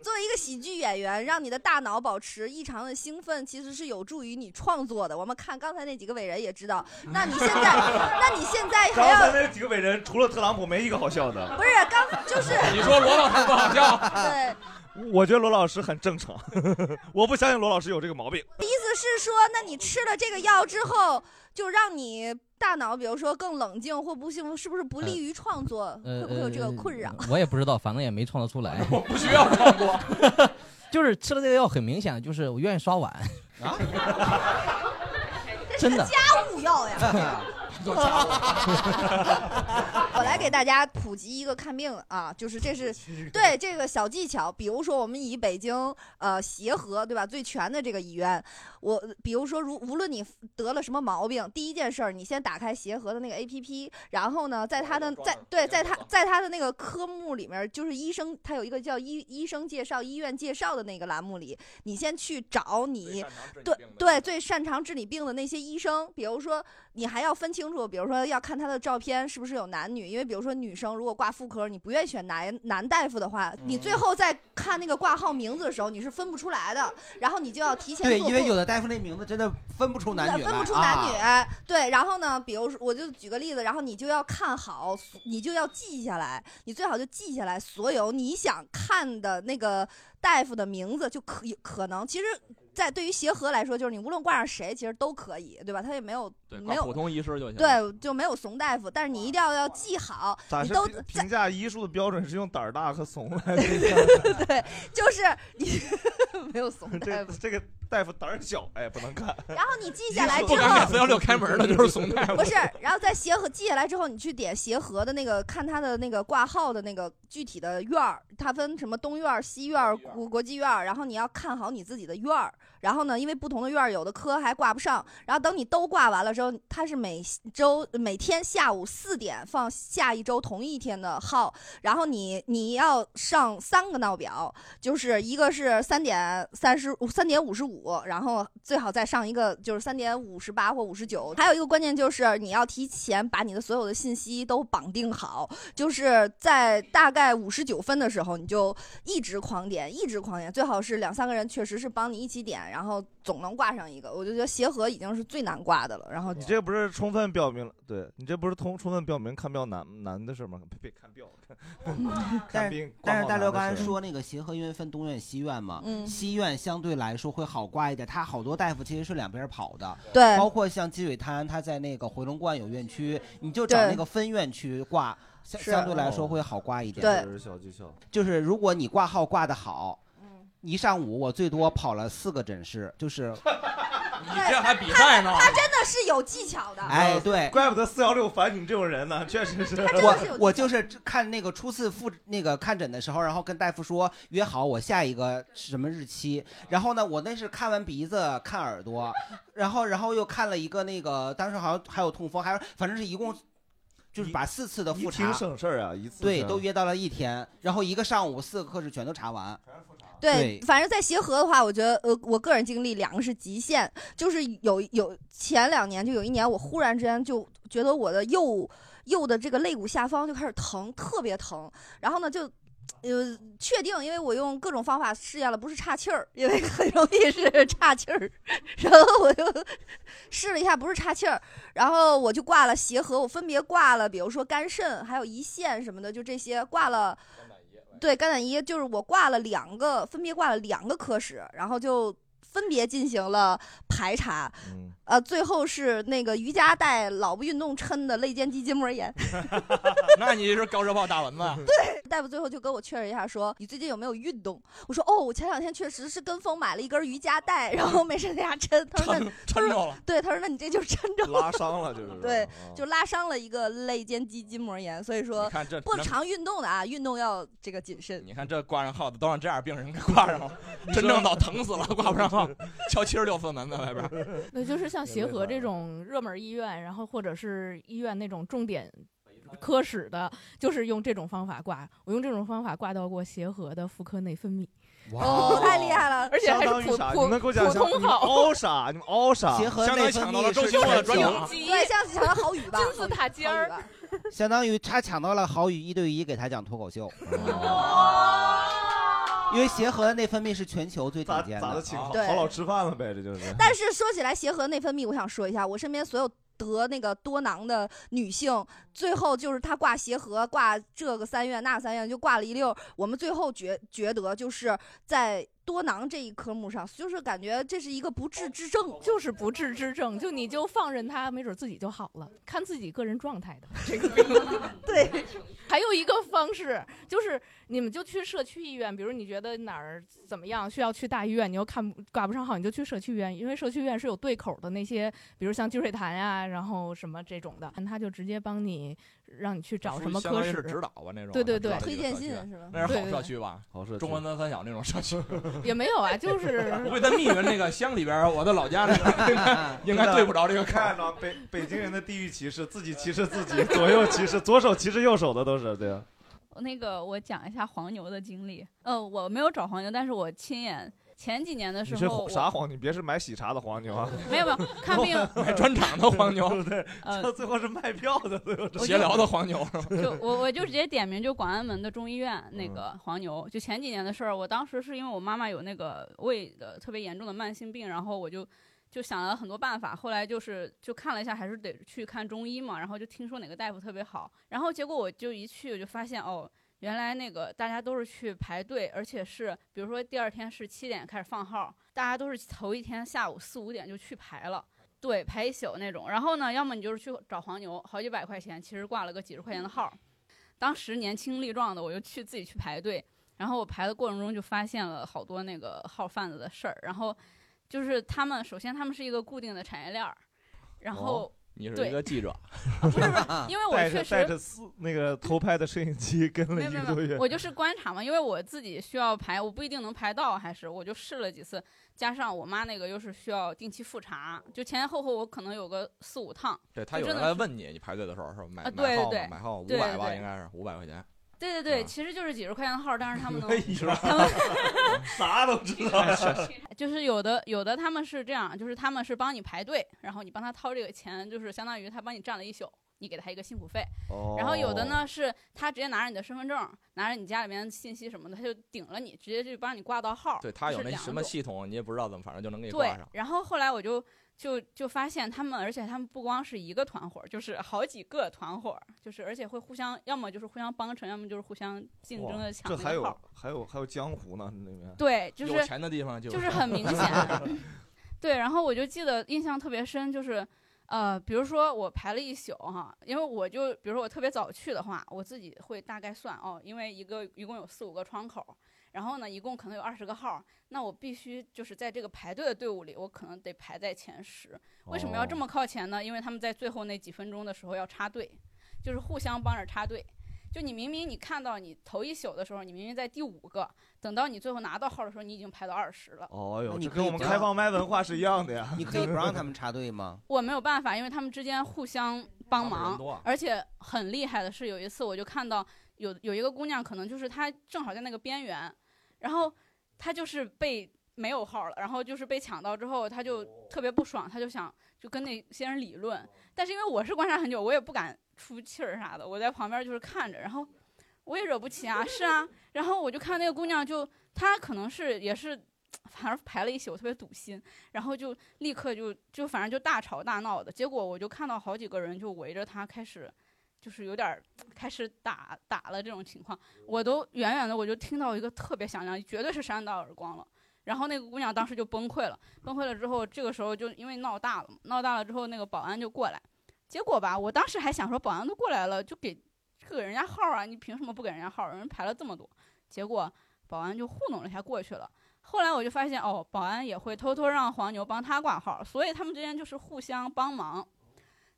C: 作为一个喜剧演员，让你的大脑保持异常的兴奋，其实是有助于你创作的。我们看刚才那几个伟人也知道，那 你现在，那你现在哎还
A: 然后咱
C: 要
A: 那几个伟人，除了特朗普，没一个好笑的。
C: 不是刚 就是
D: 你说罗老师不好笑？
B: 啊
C: 对，
A: 我觉得罗老师很正常， 我不相信罗老师有这个毛病。
C: 意思是说，那你吃了这个药之后，就让你大脑，比如说更冷静或不幸，是不是不利于创作？
L: 呃
C: 会不会有这个困 扰？
L: 我也不知道，反正也没创造出 来。我不
D: 需要
L: 创作， 就是吃了这个药，很明显就是我愿意刷碗啊， 真 的。
C: 家务药 呀。
L: 呃
C: 我来给大家普及一个看病啊，就是这 是对这个小技巧，比如说我们以北京呃协和对吧最全的这个医院，我比如说如无论你得了什么毛病，第一件事儿你先打开协和的那个 APP，然后呢在他的在对在他在他的那个科目里面，就是医生他有一个叫医医生介绍、医院介绍的那个栏目里，你先去找你对对最擅长治理病的那些医生，比如说你还要分清楚，比如说要看他的照片是不是有男女，因为比如说女生如果挂妇科，你不愿意选男男大夫的话，你
B: 嗯
C: 最后在看那个挂号名字的时候，你是分不出来的，然后你就要提前
B: 对，
C: 做
B: 因为
C: 布
B: 有的大夫那名字真的分不出男女来，
C: 分不出男女、
B: 啊
C: 对，然后呢，比如说我就举个例子，然后你就要看好，你就要记下来，你最好就记下来所有你想看的那个大夫的名字，就可以可能其实。在对于协和来说，就是你无论挂上谁，其实都可以，对吧？他也没有
D: 对，
C: 没
D: 挂
C: 有
D: 普通医师就行。，
C: 对，就没有怂大夫，但是你一定要要记好，
A: 咋
C: 你
A: 是
C: 都
A: 评评价医术的标准是用胆儿大和怂来
C: 就是你 没有怂大
A: 这
C: 夫，
A: 这个大夫胆儿小，哎，不能看。
C: 然后你记下来之
D: 不敢给
C: 后，
D: 四幺六开门的就是怂大夫。
C: 不是，然后在协和记下来之后，你去点协和的那个看它的那个挂号的那个具体的院儿，它分什么东院儿、西院儿、国国际院儿，然后你要看好你自己的院儿。然后呢，因为不同的院儿有的科还挂不上，然后等你都挂完了之后，它是每周每天下午四点放下一周同一天的号，然后你你要上三个闹表，就是一个是三点三十三点五十五，然后最好再上一个就是三点五十八或五十九，还有一个关键就是你要提前把你的所有的信息都绑定好，就是在大概五十九分的时候，你就一直狂点，一直狂点，最好是两三个人确实是帮你一起点，然后总能挂上一个。我就觉得协和已经是最难挂的了，然后
A: 你这不是充分表明了？对你这不是充充分表明看病难难的事吗？别别看病， 看看
B: 但
A: 病
B: 是。但是大
A: 刘
B: 刘刚才说那个协和因为分东院西院嘛，
C: 嗯
B: 西院相对来说会好挂一点，它好多大夫其实是两边跑的，
C: 对
B: 包括像积水滩，它在那个回龙观有院区，你就找
C: 对
B: 那个分院区挂，相
C: 是
B: 相对来说会好挂一点。
C: 对
A: 这是小技巧。
B: 就是如果你挂号挂得好，
C: 嗯
B: 一上午我最多跑了四个诊室， 就是，
D: 你这还比赛呢？
C: 他真的是有技巧的。
B: 哎，对，
A: 怪不得四幺六烦你这种人呢，确实是。
B: 我我就是看那个初次复那个看诊的时候，然后跟大夫说约好我下一个是什么日期，然后呢，我那是看完鼻子看耳朵，然后然后又看了一个那个，当时好像还有痛风，还有反正是一共。就是把四次的复查，
A: 挺省事儿啊，一次
B: 对
A: 是
B: 都约到了一天，然后一个上午四个科室全都查完，
C: 对，反正在协和的话，我觉得呃，我个人经历两个是极限，就是有有前两年就有一年，我忽然之间就觉得我的右右的这个肋骨下方就开始疼，特别疼，然后呢就。呃，确定，因为我用各种方法试验了，不是岔气儿，因为很容易是岔气儿， 然后我就试了一下，不是岔气儿，然后我就挂了协和，我分别挂了，比如说肝肾，还有胰腺什么的，就这些挂了。对，肝胆胰就是我挂了两个，分别挂了两个科室，然后就分别进行了排查。
D: 嗯
C: 呃，最后是那个瑜伽带老不运动抻的肋间肌筋膜炎。
D: 那你是高射炮打蚊子？啊
C: 对，大夫最后就跟我确认一下说，你最近有没有运动？我说哦，我前两天确实是跟风买了一根瑜伽带，然后没事在家抻。他 说那
D: 抻着 了，
C: 对，他说那你这就是抻着了
A: 拉伤了，就是。
C: 对
A: 啊，
C: 就拉伤了一个肋间肌筋膜炎，所以说
D: 你看这
C: 不
D: 能
C: 常运动的啊，运动要这个谨慎。
D: 你看这挂上号的都让这样病人给挂上了，真正到疼死了，挂不上号，敲七十六分门在外边儿。
N: 对，就是像协和这种热门医院，然后或者是医院那种重点科室的，就是用这种方法挂。我用这种方法挂到过协和的妇科内分泌。
A: 哇哦
C: 太厉害了
N: 而且还是
A: 相当于
N: 普
A: 啥？
N: 普
A: 你们给我讲
N: 普
A: 讲，
N: 通
A: 你们
N: 号
A: 凹啥？你们凹啥？
B: 结合内分泌是全球
C: 对，像像好语吧，
N: 金字塔
C: 尖儿。好语吧
B: 相当于他抢到了郝宇一对一给他讲脱口秀，因为协和的内分泌是全球最顶尖
A: 咋的
B: 的
A: 请，
B: 啊
A: 好
C: 对
A: 好老吃饭了呗，这就是。
C: 但是说起来协和内分泌，我想说一下，我身边所有得那个多囊的女性，最后就是她挂协和，挂这个三院那个三院，就挂了一溜儿。我们最后觉觉得就是在多囊这一科目上，就是感觉这是一个不治之
M: 哦
C: 症，
N: 就是不治之症，就你就放任它，没准自己就好了，看自己个人状态的。
C: 对，
N: 还有一个方式就是你们就去社区医院，比如你觉得哪儿怎么样，需要去大医院，你又看不挂不上号，你就去社区医院，因为社区医院是有对口的那些，比如像积水潭呀、然后什么这种的，他就直接帮你让你去找什么
D: 相当
N: 科
D: 于
N: 室
D: 是指导吧那种
N: 对对
D: 指导
N: 对，
D: 这个社区那是好社区吧？
A: 好社
N: 区
D: 中关村三小那种社区。
N: 也 没有啊，就是
D: 我会在密云那个乡里边儿，我的老家那个应该应该对不着这个坎
A: 看着北北京人的地域歧视，自己歧视自己，左右歧视，左手歧视右手的都是对啊。
O: 那个我讲一下黄牛的经历。呃，我没有找黄牛，但是我亲眼前几年的时
A: 你是
O: 候，我
A: 啥黄牛？别是买喜茶的黄牛啊！
O: 没有没有看 病
D: 买专场的 黄牛，
A: 对，
O: 呃
A: 这最后是卖票的，最后是
D: 闲聊的黄牛。
O: 就我我就直接点名，就广安门的中医院
A: 嗯
O: 那个黄牛，就前几年的事儿。我当时是因为我妈妈有那个胃的特别严重的慢性病，然后我就就想了很多办法。后来就是就看了一下，还是得去看中医嘛。然后就听说哪个大夫特别好，然后结果我就一去我就发现哦。原来那个大家都是去排队，而且是比如说第二天是七点开始放号，大家都是头一天下午四五点就去排了，对，排一宿那种。然后呢，要么你就是去找黄牛，好几百块钱，其实挂了个几十块钱的号。当时年轻力壮的，我就去自己去排队，然后我排的过程中就发现了好多那个号贩子的事儿，然后就是他们首先他们是一个固定的产业链儿，然后、
D: 哦你是
O: 对啊
D: 一个记者，
O: 因为我
A: 带
O: 确
A: 着带着
O: 实
A: 四那个偷拍的摄影机跟 了
O: 没
A: 一
O: 有没
A: 个
O: 有
A: 多
O: 没
A: 月
O: 有，，我 就是观察嘛，因为我自己需要排，我不一定能排到，还是我就试了几次，加上我妈那个又是需要定期复查，就前前后后我可能有个四五趟，
D: 对他
O: 就
D: 有
O: 真
D: 人
O: 的
D: 来
O: 是
D: 问你，你排队的时候是吧买
O: 啊
D: 买
O: 对
D: 号
O: 对
D: 嘛买号五
O: 对
D: 百吧，
O: 对
D: 应该是五百块 钱。
O: 对对
D: 啊
O: 对，其实就是几十块钱的号，但是他 们能
D: 他们 啥都知道，
O: 哎 就是有的有的他们是这样，就是他们是帮你排队，然后你帮他掏这个钱，就是相当于他帮你站了一宿，你给他一个辛苦费。
V: 哦
O: 然后有的呢是他直接拿着你的身份证，拿着你家里面信息什么的，他就顶了你，直接就帮你挂到号。
D: 对他有
O: 就是
D: 那
O: 两
D: 什么
O: 种
D: 系统，你也不知道怎么，反正就能给你挂
O: 对
D: 上，。
O: 然后后来我就就就发现他们，而且他们不光是一个团伙儿，就是好几个团伙儿，就是而且会互相，要么就是互相帮衬，要么就是互相竞争
A: 哇
O: 的抢
A: 这
O: 那
A: 还
O: 个号儿
A: 有。还有还有江湖呢，那边
O: 对，就是
D: 有
O: 是很明 显。对，然后我就记得印象特别深，就是呃，比如说我排了一宿哈，因为我就比如说我特别早去的话，我自己会大概算哦，因为一个一共有四五个窗口，然后呢一共可能有二十个号，那我必须就是在这个排队的队伍里，我可能得排在前十。为什么要这
W: 哦
O: 么靠前呢？因为他们在最后那几分钟的时候要插队，就是互相帮着插队。就你明明你看到你头一宿的时候，你明明在第五个，等到你最后拿到号的时候，你已经排到二十了。
A: 哦
B: 那
A: 呦，
B: 你
A: 这
B: 可
A: 跟
B: 以
A: 我们
B: 不要
A: 开放麦文化是一样的呀。
B: 你可以不让他们插队吗？
O: 我没有办法，因为他们之间互相帮
B: 差不了
O: 忙
B: 人多啊，
O: 而且很厉害的是，有一次我就看到有有一个姑娘，可能就是她正好在那个边缘，然后她就是被没有号了，然后就是被抢到之后，她就特别不爽，她就想就跟那些人理论，
B: 哦
O: 但是因为我是观察很久，我也不敢出气儿啥的，我在旁边就是看着，然后我也惹不起啊，是啊，然后我就看那个姑娘就，她可能是也是，反正排了一宿，特别堵心，然后就立刻就就反正就大吵大闹的，结果我就看到好几个人就围着她开始，就是有点儿开始打打了这种情况，我都远远的我就听到一个特别响亮，绝对是扇到耳光了。然后那个姑娘当时就崩溃了，崩溃了之后，这个时候就因为闹大了嘛，闹大了之后，那个保安就过来，结果吧，我当时还想说，保安都过来了，就给就给人家号啊，你凭什么不给人家号？人排了这么多，结果保安就糊弄了一下过去了。后来我就发现，哦，保安也会偷偷让黄牛帮他挂号，所以他们之间就是互相帮忙。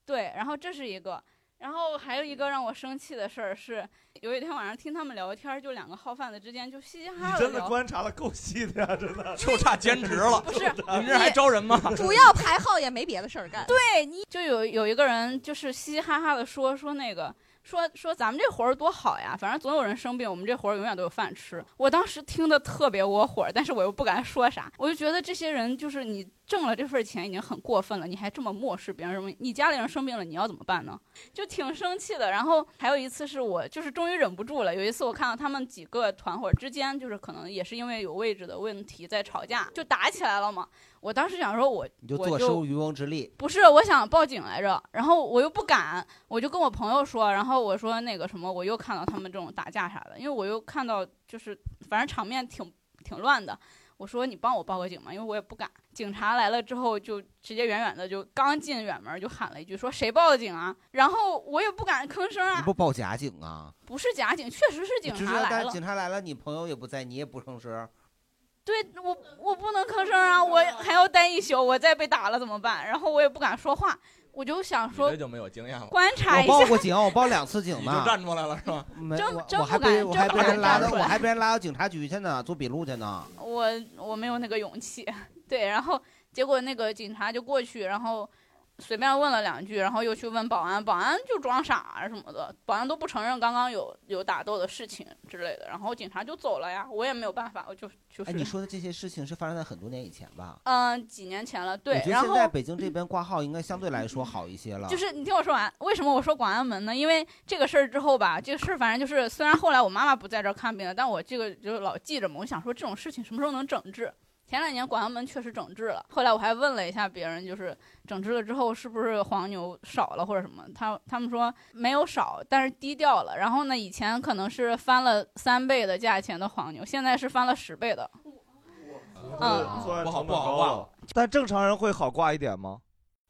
O: 对，然后这是一个，然后还有一个让我生气的事儿是，有一天晚上听他们聊天儿，就两个好贩子之间就嘻嘻哈哈地
A: 你真的
O: 聊
A: 观察的够细的呀，真的
D: 就差兼职了。
O: 不是，
D: 你们这还招人吗？
C: 主要排号也没别的事儿干。
O: 对，你就有有一个人就是嘻嘻哈哈的说说那个说说咱们这活儿多好呀，反正总有人生病，我们这活儿永远都有饭吃。我当时听得特别窝火，但是我又不敢说啥，我就觉得这些人就是你挣了这份钱已经很过分了，你还这么漠视别人什么？你家里人生病了，你要怎么办呢？就挺生气的。然后还有一次是我就是终于忍不住了，有一次我看到他们几个团伙之间就是可能也是因为有位置的问题在吵架，就打起来了嘛。我当时想说我，
B: 你就
O: 我
B: 坐收渔翁之 利。
O: 不是，我想报警来着，然后我又不敢，我就跟我朋友说，然后我说那个什么，我又看到他们这种打架啥的，因为我又看到就是反正场面挺挺乱的，我说你帮我报个警嘛，因为我也不敢。警察来了之后，就直接远远的就刚进远门就喊了一句说谁报的警啊？然后我也不敢吭声
B: 你
O: 啊，
B: 不报假警啊？
O: 不是假警，确实是警
B: 只是
O: 察来
B: 但
O: 了
B: 是。警察来了，你朋友也不在，你也不吭声。
O: 对我，我不能吭声啊！我还要待一宿，我再被打了怎么办？然后我也不敢说话，我就想说
D: 这就没有经验了。
O: 观察一
B: 我
O: 下。
B: 报过警， 我报两次警
D: 你
B: 嘛
D: 就。站出来了是吧？
B: 没
O: 真
B: 呃我
O: 真
B: 我
O: 不
B: 还
O: 敢
B: 被我
O: 真
B: 还
O: 不
B: 被
O: 敢
B: 人拉
O: 站
B: 到，
O: 出
B: 我
O: 来
B: 还被人拉到警察局去呢，做笔录去呢。
O: 我我没有那个勇气，对，然后结果那个警察就过去，然后随便问了两句，然后又去问保安，保安就装傻啊什么的，保安都不承认刚刚有有打斗的事情之类的，然后警察就走了呀，我也没有办法，我就就是，
B: 哎，你说的这些事情是发生在很多年以前吧？
O: 嗯、几年前了，
B: 我
O: 对，
B: 觉得
O: 然
B: 现
O: 后
B: 在北京这边挂号应该相对来说好一些了。
O: 就是你听我说完，为什么我说广安门呢？因为这个事儿之后吧，这个事儿反正就是，虽然后来我妈妈不在这儿看病了，但我这个就老记着嘛。我想说这种事情什么时候能整治？前两年广安门确实整治了，后来我还问了一下别人，就是整治了之后是不是黄牛少了或者什么？他他们说没有少，但是低调了。然后呢，以前可能是翻了三倍的价钱的黄牛，现在是翻了十倍的。嗯，
A: 不嗯
D: 不好不好挂了。，
A: 但正常人会好挂一点吗？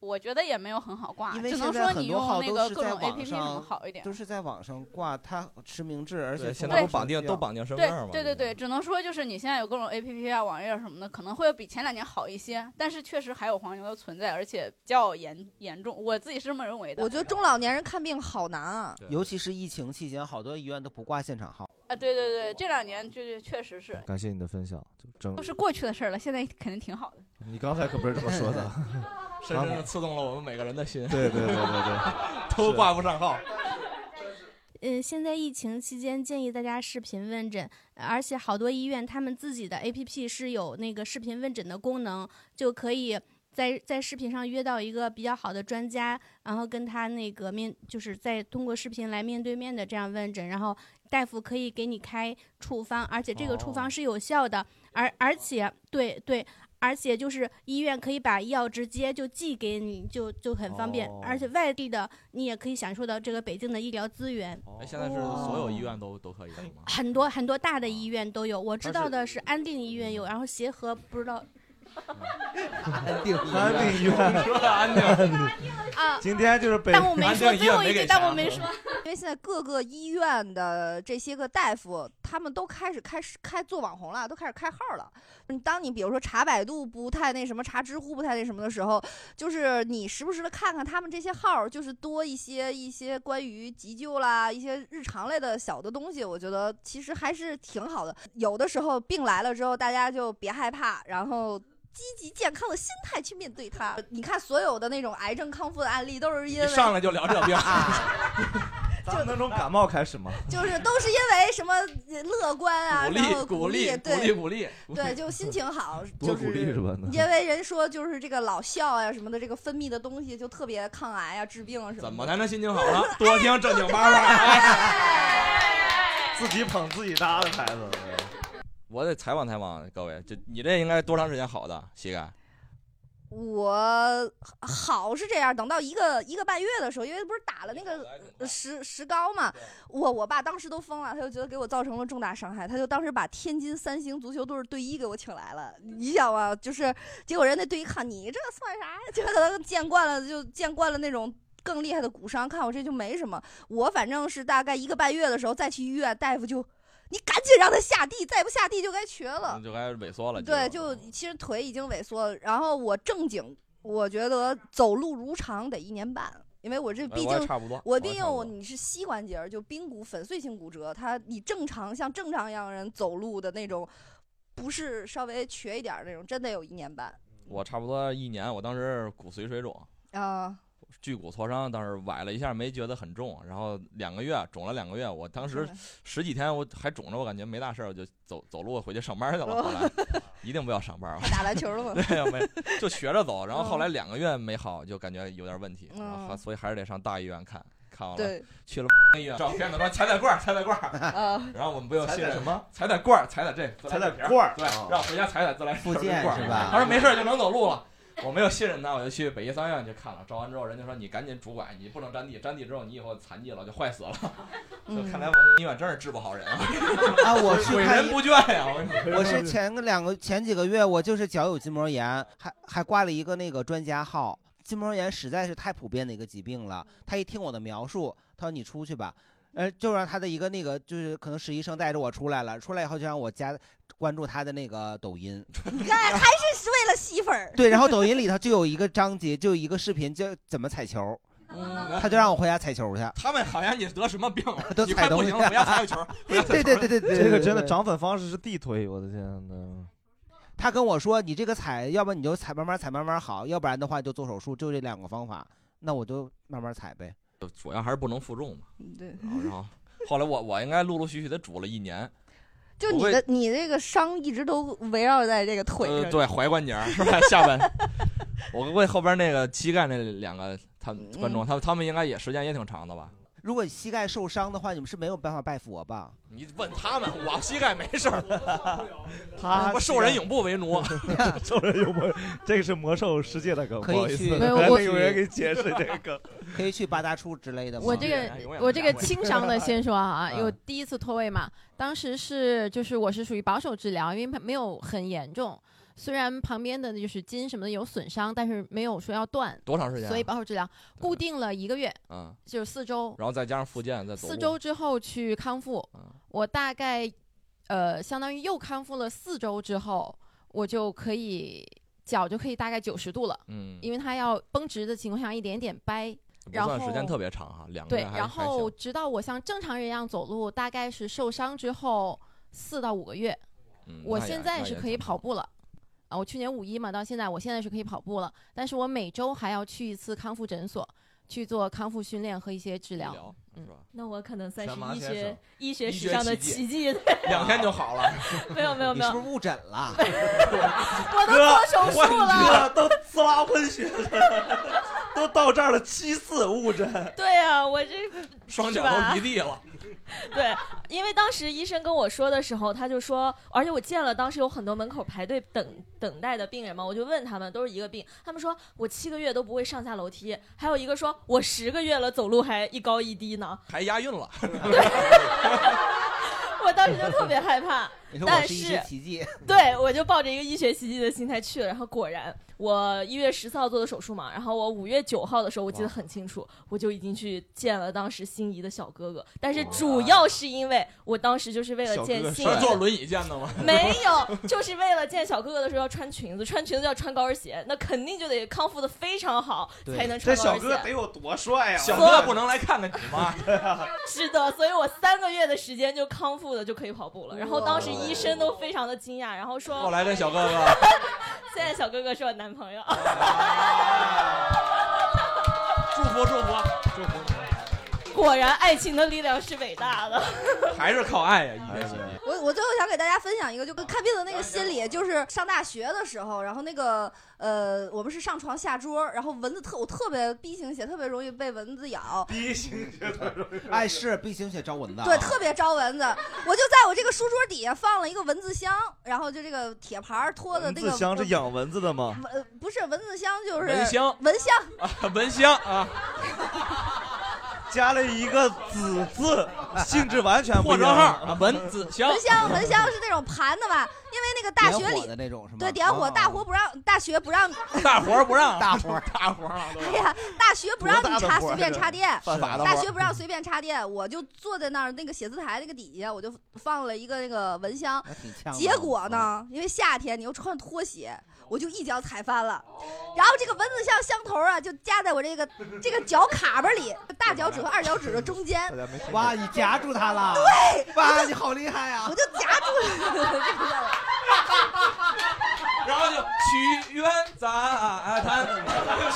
O: 我觉得也没有很好挂，
B: 因为
O: 只能
B: 现在
O: 说
B: 很
O: 你
B: 多
O: 用
B: 号
O: 那
B: 都
O: 个
B: 是
O: 各
B: 在
O: 种
B: 网
O: APP
B: 上
O: 能好一点
B: 都。是在网上挂，它实名制，而且
L: 对现
B: 通
L: 在
B: 过
L: 都绑
B: 手
L: 定
B: 机
L: 都
B: 啊
L: 绑定身份
O: 对
L: 儿嘛
O: 对对对，只能说就是你现在有各种 A P P 啊、网页什么的，可能会比前两年好一些，但是确实还有黄牛的存在，而且比较严严重，我自己是这么认为的。
C: 我觉得中老年人看病好难啊。
B: 尤其是疫情期间，好多医院都不挂现场号。
O: 啊，对对对，这两年就就确实是，
A: 感谢你的分享，就整
O: 都是过去的事儿了，现在肯定挺好的。
A: 你刚才可不是这么说的
D: 深深的刺痛了我们每个人的心。
A: 对对对对对
D: 都挂不上号。
M: 嗯，现在疫情期间建议大家视频问诊，呃而且好多医院他们自己的 APP 是有那个视频问诊的功能，就可以在在视频上约到一个比较好的专家，然后跟他那个面，就是再通过视频来面对面的这样问诊，然后大夫可以给你开处方，而且这个处方是有效的，而而且对对。而且就是医院可以把药直接就寄给你，就就很方便。
D: 哦
M: 而且外地的你也可以享受到这个北京的医疗资源。
D: 哎，现在是所有医院都都可以用 吗？
M: 很多很多大的医院都有，我
D: 而
M: 知
D: 且
M: 道的是安定医院有，然后协和不知道
B: 安定
A: 安定医院，
D: 说了安定，
M: 啊。
A: 今天就是北，
M: 但我没说最后一句，
A: 句，
M: 但我没说。
C: 因为现在各个医院的这些个大夫，他们都开始开始开做网红了，都开始开号了。你当你比如说查百度不太那什么，查知乎不太那什么的时候，就是你时不时的看看他们这些号，就是多一些一些关于急救啦、一些日常类的小的东西，我觉得其实还是挺好的。有的时候病来了之后，大家就别害怕，然后。积极健康的心态去面对它。你看，所有的那种癌症康复的案例，都是因为
A: 一上来就聊这病，咱
C: 们
A: 能从感冒开始吗？
C: 就是都是因为什么呃乐观啊，
A: 鼓
C: 然后
A: 励鼓励
C: 对
A: 鼓励鼓励鼓励嗯
C: 对，就 心情好，
A: 多
C: 就
A: 鼓励是吧？
C: 因为人说就是这个老笑啊什么的，这个分泌的东西就特别抗癌啊、治病啊什么的。
D: 怎么才能心情好呢？多听正经八卦。
A: 自己捧自己搭的牌子。
L: 我得采访采访各位，这你这应该多长时间好的膝盖？
C: 我好是这样，等到一个一个半月的时候，因为不是打了那个呃石石膏嘛，我我爸当时都疯了，他就觉得给我造成了重大伤害，他就当时把天津三星足球队队医给我请来了，你想啊，就是结果人家队医看你这算啥呀， 就可能见惯了就见惯了那种。更厉害的骨伤，看我这就没什么。我反正是大概一个半月的时候再去医院，大夫就，你赶紧让他下地，再不下地就该瘸
O: 啊
C: 了。
L: 就该萎缩了。
C: 对，就其实腿已经萎缩了。然后我正经，我觉得走路如常得一年半，因为我这
L: 哎
C: 毕
L: 我也
C: 竟
L: 差不多
C: 我
L: 我
C: 毕
L: 也
C: 竟
L: 差不
C: 我你是膝关节儿就髌骨粉碎性骨折，它你正常像正常一样人走路的那种，不是稍微瘸一点儿那种，真得有一年半
L: 我差不多一年，我当时骨髓水肿，
C: 啊。
L: 距骨挫伤，当时崴了一下，没觉得很重，然后两个月肿了两个月，我当时
C: 对
L: 十几天我还肿着，我感觉没大事儿，我就走走路回去上班去了。
C: 哦
L: 后 来一定不要上班啊！
C: 打篮球了吗
L: 对呀，没就学着走，然后
C: 嗯
L: 后来两个月没好，就感觉有点问题，然后还
C: 嗯
L: 所以还是得上大医院看。看完了
D: 对，
L: 去了医院，
D: 照片怎么踩踩罐儿，踩 踩罐儿。
O: 呃
D: 然后我们不用
L: 踩
D: 信
L: 踩
D: 任
L: 什么？
D: 踩踩罐儿，踩踩这，
A: 踩踩
D: 瓶儿
A: 罐儿
D: 对
A: 哦，
D: 让回家踩踩自来水
A: 复健
D: 罐儿
A: 是吧
D: 他说没事儿就能走路了。我没有信任他，我就去北医三院去看了。照完之后，人家说你赶紧拄拐，你不能沾地，沾地之后你以后残疾了就坏死了。就看来我这医院真是治不好人啊！
B: 嗯 啊，我去
D: 毁
B: 看
D: 人
B: 医
D: 不倦呀！我跟你说
B: 我是前个两个前几个月，我就是脚有筋膜炎，还还挂了一个那个专家号。筋膜炎实在是太普遍的一个疾病了。他一听我的描述，他说你出去吧，呃，就让他的一个那个就是可能实习生带着我出来了，出来以后就让我加关注他的那个抖音。
C: 你看，还是为了吸粉儿。
B: 对，然后 抖音里头就有一个章节，就有一个视频，就怎么踩球，
L: 嗯
B: 他就让我回家踩球去。
D: 他们好像你得什么病 了？
B: 都
D: 你
B: 踩
D: 快不
B: 东西
D: 行了，不要踩球儿。不要踩球儿
B: 对对对对对
A: 这个真的涨粉方式是地推，我的天呐！
B: 他跟我说：“你这个踩，要不然你就踩慢慢踩慢慢好，要不然的话就做手术，就这两个方法。”那我就慢慢踩呗。
L: 就主要还是不能负重嘛。
B: 嗯
C: 对，
L: 然后后来我我应该陆陆续续的拄了一年，
C: 就你
L: 我
C: 的
L: 为
C: 你这个伤一直都围绕在这个腿上。
L: 呃，对， 踝关节儿是吧？下半，我为后边那个膝盖那两个他们
T: 嗯
L: 观众，他们他们应该也时间也挺长的吧？
B: 如果膝盖受伤的话，你们是没有办法拜佛吧？
L: 你问他们，我膝盖没事 儿，
A: 他啊
L: 我受人永不为奴。
A: 受人永不，这个是魔兽世界的梗，
B: 可
A: 不好
B: 以
A: 意思
B: 去，，
A: 还得有人给解 释这个梗。
B: 可以去八大处之 类的吗？
T: 我这个
E: 哎
T: 我这个轻伤的先说 啊，因为我第一次脱位嘛，当时是就是我是属于保守治疗，因为没有很严重，虽然旁边的就是筋什么的有损伤，但是没有说要断。
E: 多长时间啊
T: 所以保守治疗固定了一个月，
E: 嗯，
T: 就是四周。
E: 然后再加上复健，再走
T: 四
E: 路
T: 周之后去康复，
E: 嗯
T: 我大概呃，相当于又康复了四周之后，我就可以脚就可以大概九十度了，
E: 嗯
T: 因为它要绷直的情况下一点点掰，
E: 不
T: 然后
E: 算时间特别长哈，两个
T: 对，
E: 月还
T: 然
E: 还
T: 后
E: 行
T: 直到我像正常人一样走路，大概是受伤之后四到五个月，
E: 嗯
T: 我
E: 那也
T: 现在
E: 那
T: 是
E: 也
T: 可以
E: 挺
T: 跑步了。啊，我去年五一嘛，到现在我现在是可以跑步了，但是我每周还要去一次康复诊所去做康复训练和一些治疗，嗯
E: 是吧？
T: 那我可能
E: 算是山麻医先学生
T: 医
E: 学医史学上的奇
T: 迹。
E: 两天就好了。
T: 没有没有
B: 你
T: 没有
B: 是不是误诊了？
T: 我
B: 都做手术了
A: 哥都呲啦喷血了，都到这儿了七次误诊，
T: 对啊，我这
E: 双
T: 是
E: 脚
T: 吧
E: 都离地了，
T: 对，
R: 因为当时医生跟我说的时候，他就说，而且我见了当时有很多门口排队等等待的病人嘛，我就问他们都是一个病，他们说我七个月都不会上下楼梯，还有一个说我十个月了走路还一高一低呢，
E: 还押韵了。
R: 我当时就特别害 怕
B: 你。说我
R: 但
B: 是一些奇迹，
R: 对，我就抱着一个医学奇迹的心态去了，然后果然，我一月十四号做的手术嘛，然后我五月九号的时候，我记得很清楚，我就已经去见了当时心仪的小哥哥，但是主要是因为我当时就是
C: 呃
R: 为了见心仪
E: 是
R: 的
E: 坐轮椅见的吗？
R: 没有，就是为了见小哥哥的时候要穿裙子，穿裙子要穿高跟鞋，那肯定就得康复的非常好才能
A: 这
R: 穿高
A: 小
R: 跟鞋。
A: 哥得有多帅呀、
R: 小哥
E: 不能来看看你吗？
R: 是的，所以我三个月的时间就康复的就可以跑步了。然后当时医生都非常的惊讶，然后说
E: 后来这小哥哥，
R: 现在小哥哥是我男朋友。
E: 祝福祝福祝福，
R: 果然， 爱情的力量是伟大的。
E: 还是靠爱呀，一学习艺。
C: 我我最后想给大家分享一个，就跟看病的那个心理，就是上大学的时候，然后那个呃，我们是上床下桌，然后蚊子特我特别 B 型血，特别容易被蚊子咬，
A: B 型血
B: 哎，是 B 型血招蚊子啊，
C: 对，特别招蚊子。我就在我这个书桌底下放了一个蚊子箱，然后就这个铁盘儿托的
A: 蚊
C: 那
A: 子
C: 个
A: 香是养蚊子的吗？
C: 蚊呃不是蚊子箱，就是
A: 蚊香
C: 蚊香。
E: 蚊香啊，
A: 加了一个子字，性质完全不
E: 破
A: 一
E: 折
A: 样。
E: 号啊，蚊子香，
C: 蚊香，蚊香是那种盘的吧？因为那个大学里
B: 的那种是吗？
C: 对点火，大火不让，大学不让，
E: 大活儿不让，
B: 大活
E: 大活儿啊，
C: 哎呀，大学不让你
E: 多大
C: 插
E: 的活儿
C: 随便插电，
E: 这是犯法的活儿
C: 大学不让随便插电，我就坐在那儿那个写字台那个底下，我就放了一个那个蚊香
B: 挺呛，的啊
C: 结果呢，因为夏天你又穿拖鞋，我就一脚踩翻了，
B: 哦
C: 然后这个蚊子像香头啊，就夹在我这个这个脚卡巴里，大脚趾和二脚趾的中间，
B: 哇，你夹住它了！
C: 对
B: 哇，
C: 我就
B: 你好厉害啊！
C: 我就夹住了。
E: 然后就曲苑杂谈，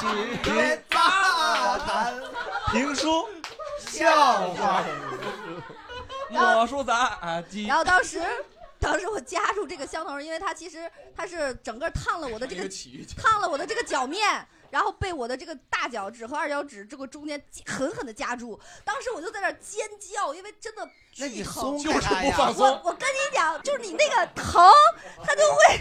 E: 曲
B: 苑杂谈，
E: 评书
B: 笑话，
E: 魔术杂技，
C: 然后当时，当时我夹住这个香头，因为它其实它是整个烫了我的这个烫了我的这个脚面，然后被我的这个大脚趾和二脚趾这个中间夹狠狠的夹住。当时我就在那儿尖叫，因为真的
B: 那你
C: 巨疼，
B: 松开它呀就是不放松
C: 我我跟你讲，就是你那个疼，它就会，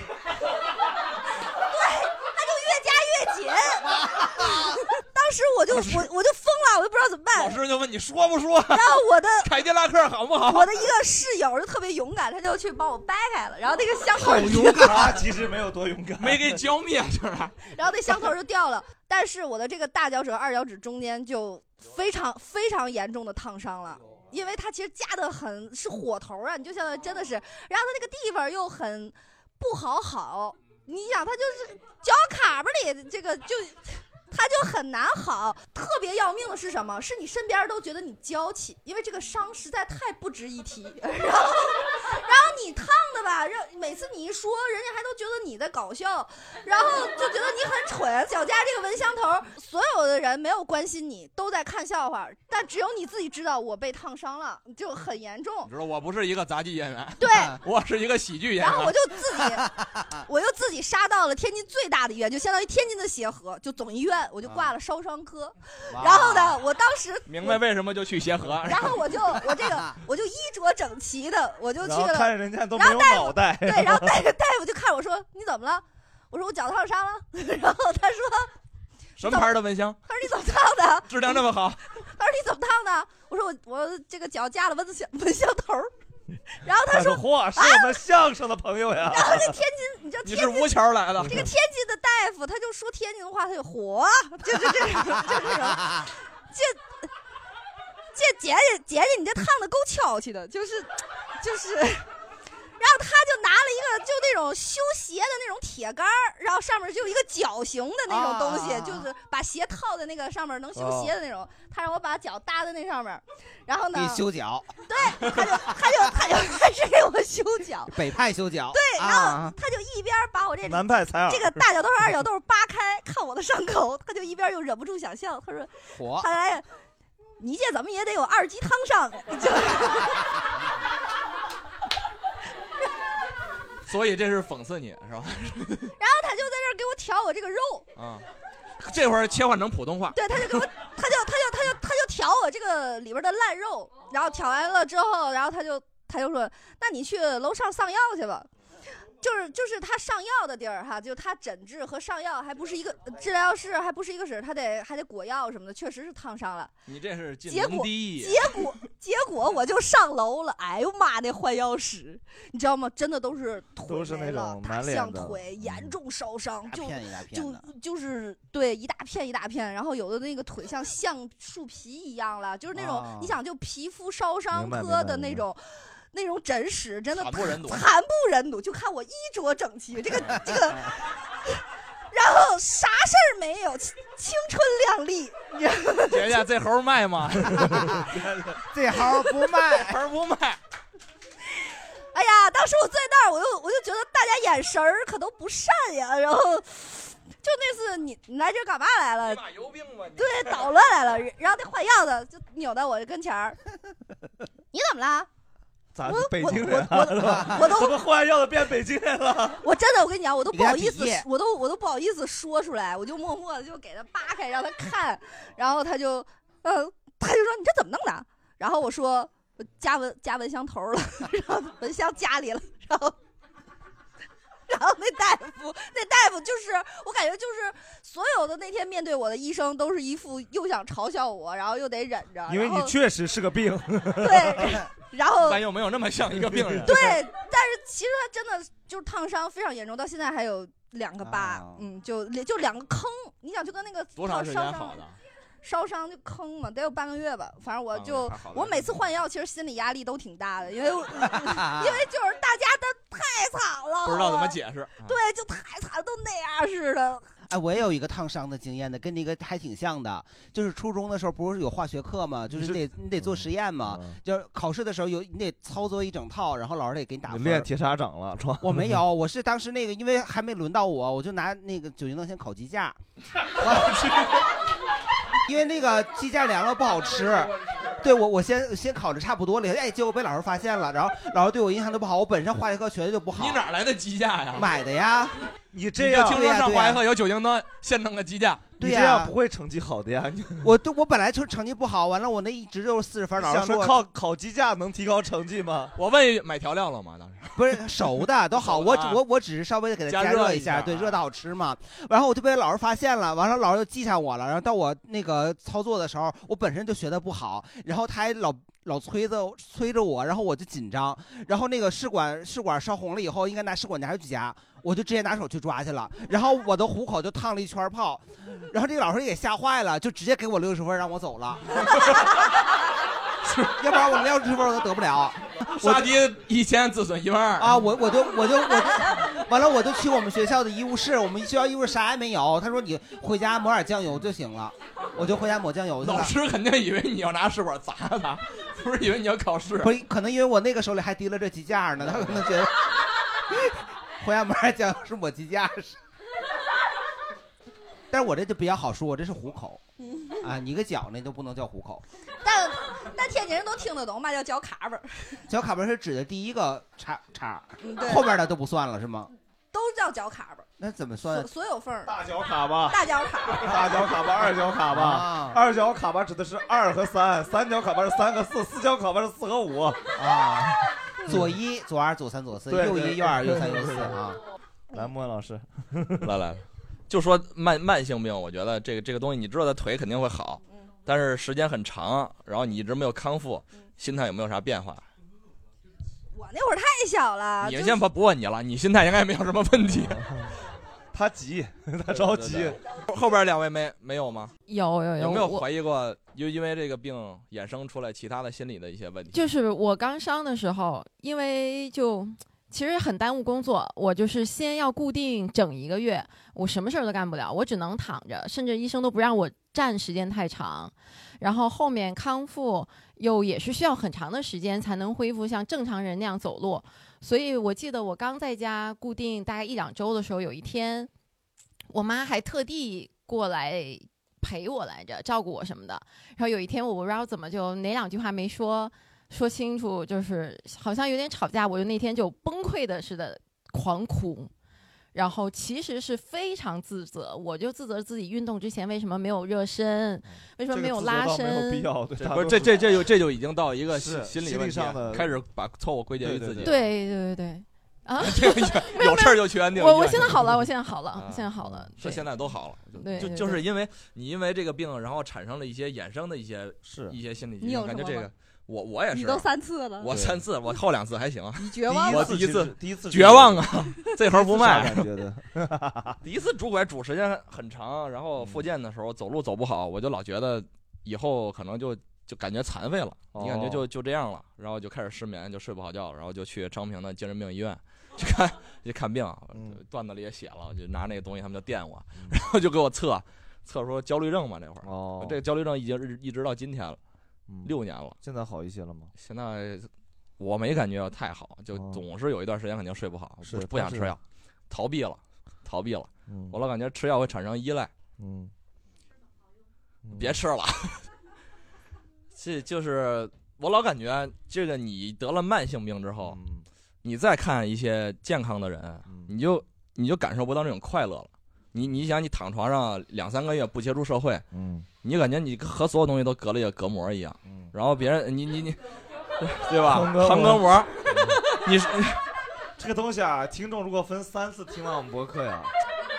C: 对，它就越夹越紧。 当时我就我我就疯了，我就不知道怎么办。
E: 老师就问你说不说？
C: 然后我的
E: 凯迪拉克好不好？
C: 我的一个室友就特别勇敢，他就去帮我掰开了，然后那个 香头
E: 好勇敢啊
A: 他啊其实没有多勇敢，
E: 没给浇灭是吧？
C: 然后那香头就掉了，但是我的这个大脚趾、和二脚趾中间就非常非常严重的烫伤了。因为它其实夹得很是火头啊，你就像真的是，然后它那个地方又很不好好，你想它就是脚卡巴里这个就， 它就很难好。特别要命的是什么？是你身边人都觉得你娇气，因为这个伤实在太不值一提。 然后然后你烫的吧，让每次你一说，人家还都觉得你在搞笑，然后就觉得你很蠢。脚夹这个蚊香头，所有的人没有关心你，都在看笑话，但只有你自己知道我被烫伤了，就很严重
E: 你。知道我不是一个杂技演员，啊
C: 对，
E: 我是一个喜剧演员。
C: 然后我就自己，我又自己杀到了天津最大的医院，就相当于天津的协和，就总医院，我就
A: 啊
C: 挂了烧伤科。
E: 哇
C: 然后呢，我当时
E: 明白为什么就去协和。
C: 然后我就我这 个我就衣着整齐的，我就去
A: 然后
C: 了。
A: 看人家都没
C: 然后
A: 有
C: 大夫
A: 脑袋，
C: 对，然后大夫大夫就看我说你怎么了？我说我脚烫伤了。 然后他说
E: 什么牌的蚊香？
C: 他说你怎么烫的？
E: 质量这么好，
C: 他说你怎么烫的？我说我我这个脚架了蚊子香蚊香头儿。然后他
A: 哎
C: 啊
A: 说：“嚯，是我们相声的朋友呀！”
C: 然后这天津，你知道
D: 你是吴桥来的
C: 这个天津的大夫，他就说天津话，他就火，就就这种，就这种，这这姐姐姐姐，你这烫的够翘起的，就是就是，然后他就拿了一个就那种修鞋的那种铁杆儿然后上面就有一个绞刑的那种东西，
K: 啊
C: 就是把鞋套在那个上面能修鞋的那种，他让我把脚搭在那上面，然后呢，
B: 你修脚，
C: 他就他就开始给我修脚，
B: 北派修脚，
C: 对，然后
B: 啊
C: 他就一边把我这
B: 南派采耳
C: 这个大脚豆儿、二脚豆儿扒开，看我的伤口，他就一边又忍不住想笑，他说：“
B: 火
C: 看来你这怎么也得有二级烫伤。” 就
D: 所以这是讽刺你是吧？
C: 然后他就在这儿给我挑我这个肉，
D: 啊，这会儿切换成普通话。
C: 对，他就给我，他就他就他就他就挑我这个里边的烂肉，然后挑完了之后，然后他就他就说：“那你去楼上上药去吧。”就是就是他上药的地儿哈，就他诊治和上药还不是一个治疗室，还不是一个室，他得还得裹药什么的，确实是烫伤了。
D: 你这是进
C: 结
D: 零
C: 果
D: 第一，
C: 结果结果我就上楼了，哎呦妈，那换药室，你知道吗？真的都是腿
A: 都是
C: 没
A: 那
C: 了
A: 种
C: 大
A: 满脸
C: 象
A: 的嗯
C: 腿严重烧伤，就
B: 片一大片
C: 就
B: 的
C: 就是对一大片一大片，然后有的那个腿像橡树皮一样了，就是那种
B: 啊
C: 你想就皮肤烧伤
A: 哦明白
C: 科
A: 明白
C: 的
A: 明
C: 那
A: 白
C: 种。那种诊室真的
A: 惨不忍睹
C: 惨不忍睹。就看我衣着整齐， 这个这个，然后啥事儿没有，青青春靓丽，你知道吗
D: 姐姐这猴卖 吗？
B: 这猴不卖，
D: 猴不卖。
C: 哎呀，当时我在那儿，我就我就觉得大家眼神儿可都不善呀，然后就那次你你来这儿干嘛来了？
D: 有病吧你？
C: 对，捣乱来了，然后那换药的就扭到我跟前儿，你怎么啦？
A: 咋
C: 我
A: 北
C: 我
A: 京人啊？是吧
C: 我都
A: 怎么忽然要的变北京人了？
C: 我真的，我跟你讲，我都
A: 你
C: 不
A: 跟
C: 好
A: 他
C: 意思
A: 比耶，
C: 我都我都不好意思说出来，我就默默的就给他扒开让他看，然后他就，嗯、他就说你这怎么弄的？然后我说我加蚊加蚊香头了， 然后蚊香家里了，然后。 然后那大夫，那大夫就是我感觉就是所有的那天面对我的医生都是一副又想嘲笑我，然后又得忍着，
A: 因为
C: 然
A: 你
C: 后
A: 确实是 个病。
C: 对，然后
D: 咱又没有那么像一个 病人。
C: 对，但是其实他真的就是烫伤非常严重，到现在还有两个疤，
A: 啊
C: 嗯，就就两个坑。你想就跟那个
D: 多
C: 烫
D: 长时
C: 烧
D: 间
C: 伤
D: 好的？
C: 烧伤就坑嘛，得有半个月吧。反正我就、
D: 还好点啊
C: 我每次换药，其实心理压力都挺大的，因为 因为就是大家都太惨了，
D: 不知道怎么解释。啊
C: 对，就太惨了，都那样似的。
B: 哎，我也有一个烫伤的经验的，跟这个还挺像的。就是初中的时候不是有化学课嘛，就是得你得
D: 嗯
B: 做实验嘛，就是考试的时候有你得操作一整套，然后老师得给你打
A: 你
B: 分。
A: 练铁砂掌了是吧？
B: 我没有，我是当时那个，因为还没轮到我，我就拿那个酒精灯先烤鸡架， 因为那个鸡架凉了不好吃。对我，我先先烤的差不多了，哎，结果被老师发现了，然后老师对我印象都不好，我本身化学课学的就不好。
D: 你哪来的鸡架呀？
B: 买的呀？
A: 你
D: 这就听说上化学课有酒精灯，现弄个鸡架。
B: 对呀你这样
A: 不会成绩好的呀。
B: 我都我本来就成绩不好，完了我那一直就是四十分，老师
A: 想
B: 说
A: 着
B: 我
A: 靠烤鸡架能提高成绩吗？
D: 我问一句，买调料了吗？当时
B: 不是熟的都好，我只我我只是稍微的给它
D: 啊加
B: 加
D: 热
B: 热
D: 一
B: 一
D: 下啊
B: 下，对，热的好吃嘛。然后我就被老师发现了，完了老师就记下我了。然后到我那个操作的时候，我本身就学的不好，然后他还老老催着催着我，然后我就紧张。然后那个试管试管烧红了以后，应该拿试管夹去夹。我就直接拿手去抓去了，然后我的虎口就烫了一圈泡，然后这个老师也吓坏了，就直接给我六十分让我走了， 要不然我连六十分我都得不 了。
D: 杀敌一千，自损一万二。
B: 啊，我我就我就我就完了，我就去我们学校的医务室，我们学校医务室啥也没有。他说你回家抹点酱油就行了，我就回家抹酱油去了。
D: 老师肯定以为你要拿试管砸他，不是以为你要考试。
B: 不是，可能因为我那个手里还提了这鸡架呢，他可能觉得回家抹点酱油是抹鸡架是。但是我这就比较好说，我这是虎口
A: 哎
B: 啊，你个脚那就不能叫虎口，
C: 但但天津人都听得懂嘛，叫脚卡巴儿，
B: 脚卡门是指的第一个叉叉
C: 嗯对，
B: 后面的都不算了是吗？
C: 都叫脚卡巴儿，
B: 那怎么算
C: 所？所有缝儿。大
A: 脚卡巴
C: 大脚卡巴儿。
A: 大脚卡巴， 二脚卡巴
B: 啊，
A: 二脚卡巴指的是二和三，三脚卡巴是三和四，四脚卡巴是四和五
B: 啊。左一、左二、左三、左四，
A: 对
B: 右
A: 对
B: 一、右二、右三、右四啊。
A: 来，莫文老师，
D: 来来，就说慢慢性病，我觉得这个这个东西，你知道他腿肯定会好，
T: 嗯嗯
D: 但是时间很长，然后你一直没有康复，心态有没有啥变化？
C: 我那会儿太小
T: 啊
C: 了，
D: 你
C: 就
D: 先不不问你了，你心态应该没有什么问题。
A: 他急，他着急。
D: 后边两位没没有吗？
T: 有有有
D: 没有
T: 我
D: 怀疑过就因为这个病衍生出来其他的心理的一些问题？
T: 就是我刚伤的时候，因为就其实很耽误工作，我就是先要固定整一个月，我什么事儿都干不了，我只能躺着，甚至医生都不让我站时间太长。然后后面康复又也是需要很长的时间才能恢复像正常人那样走路，所以我记得我刚在家固定大概一两周的时候，有一天我妈还特地过来陪我来着，照顾我什么的。然后有一天我不知道怎么就哪两句话没说说清楚，就是好像有点吵架，我就那天就崩溃的似的狂哭。然后其实是非常自责，我就自责自己运动之前为什么没有热
D: 嗯
T: 身，为什么没有拉伸，
D: 这
A: 大
D: 不
A: 多
D: 是这
A: 数
D: 这这就这就已经到一个
A: 是
D: 心理
A: 心理
D: 问题
A: 上的
D: 开始把错误归结于自己。
T: 对对对对，啊，
D: 有事儿就去安定医院。
T: 我我现在 好了，我现在好了，我现在好了。
D: 是现在都好了，就
T: 对
D: 就
T: 对
D: 就是
T: 对
D: 因为你因为这个病，然后产生了一些衍生的一些
A: 是
D: 一些心理疾
E: 你
D: 病，
E: 有
D: 感觉
E: 什么
D: 这个
E: 吗
D: 我我也是啊，
E: 你都三次了
D: 我
A: 对
D: 三次，我后两次还行，你
A: 绝望吗
D: 我第
A: 第一
D: 一
A: 次
D: 次
A: 是第一次是
D: 绝望啊， 这行 不卖，
A: 第一次是啥
B: 啊
D: 的，第一次拄拐拄时间很长，然
A: 嗯
D: 后复健的时候走路走不好，我就老觉得以后可能就就感觉残废了，你感觉
A: 哦
D: 就就这样了，然后就开始失眠，就睡不好觉，然后就去昌平的精神病医院
A: 哦
D: 去看去看病，
A: 嗯
D: 段子里也写了，就拿那个东西他们就电我， 然后就给我测测说焦虑症嘛那会儿，
A: 哦
D: 这个焦虑症已经日一直到今天了，六年了，
A: 嗯现在好一些了吗？哦
D: 现在我没感觉太好，就总是有一段时间肯定睡不好，
A: 是
D: 不不
A: 但
D: 想吃
A: 是
D: 药，逃避了，逃避了，
A: 嗯
D: 我老感觉吃药会产生依赖，
A: 嗯，
D: 别吃了。这就是我老感觉，这个你得了慢性病之后，
A: 嗯
D: 你再看一些健康的人，你就你就感受不到那种快乐了。你你想，你躺床上两三个月不接触社会，
A: 嗯，
D: 你感觉你和所有东西都隔了一个隔膜一样。然后别人，你你 你，对吧？
A: 横膈膜嗯
D: 横膈膜，你是
A: 这个东西啊，听众如果分三次听完我们博客呀，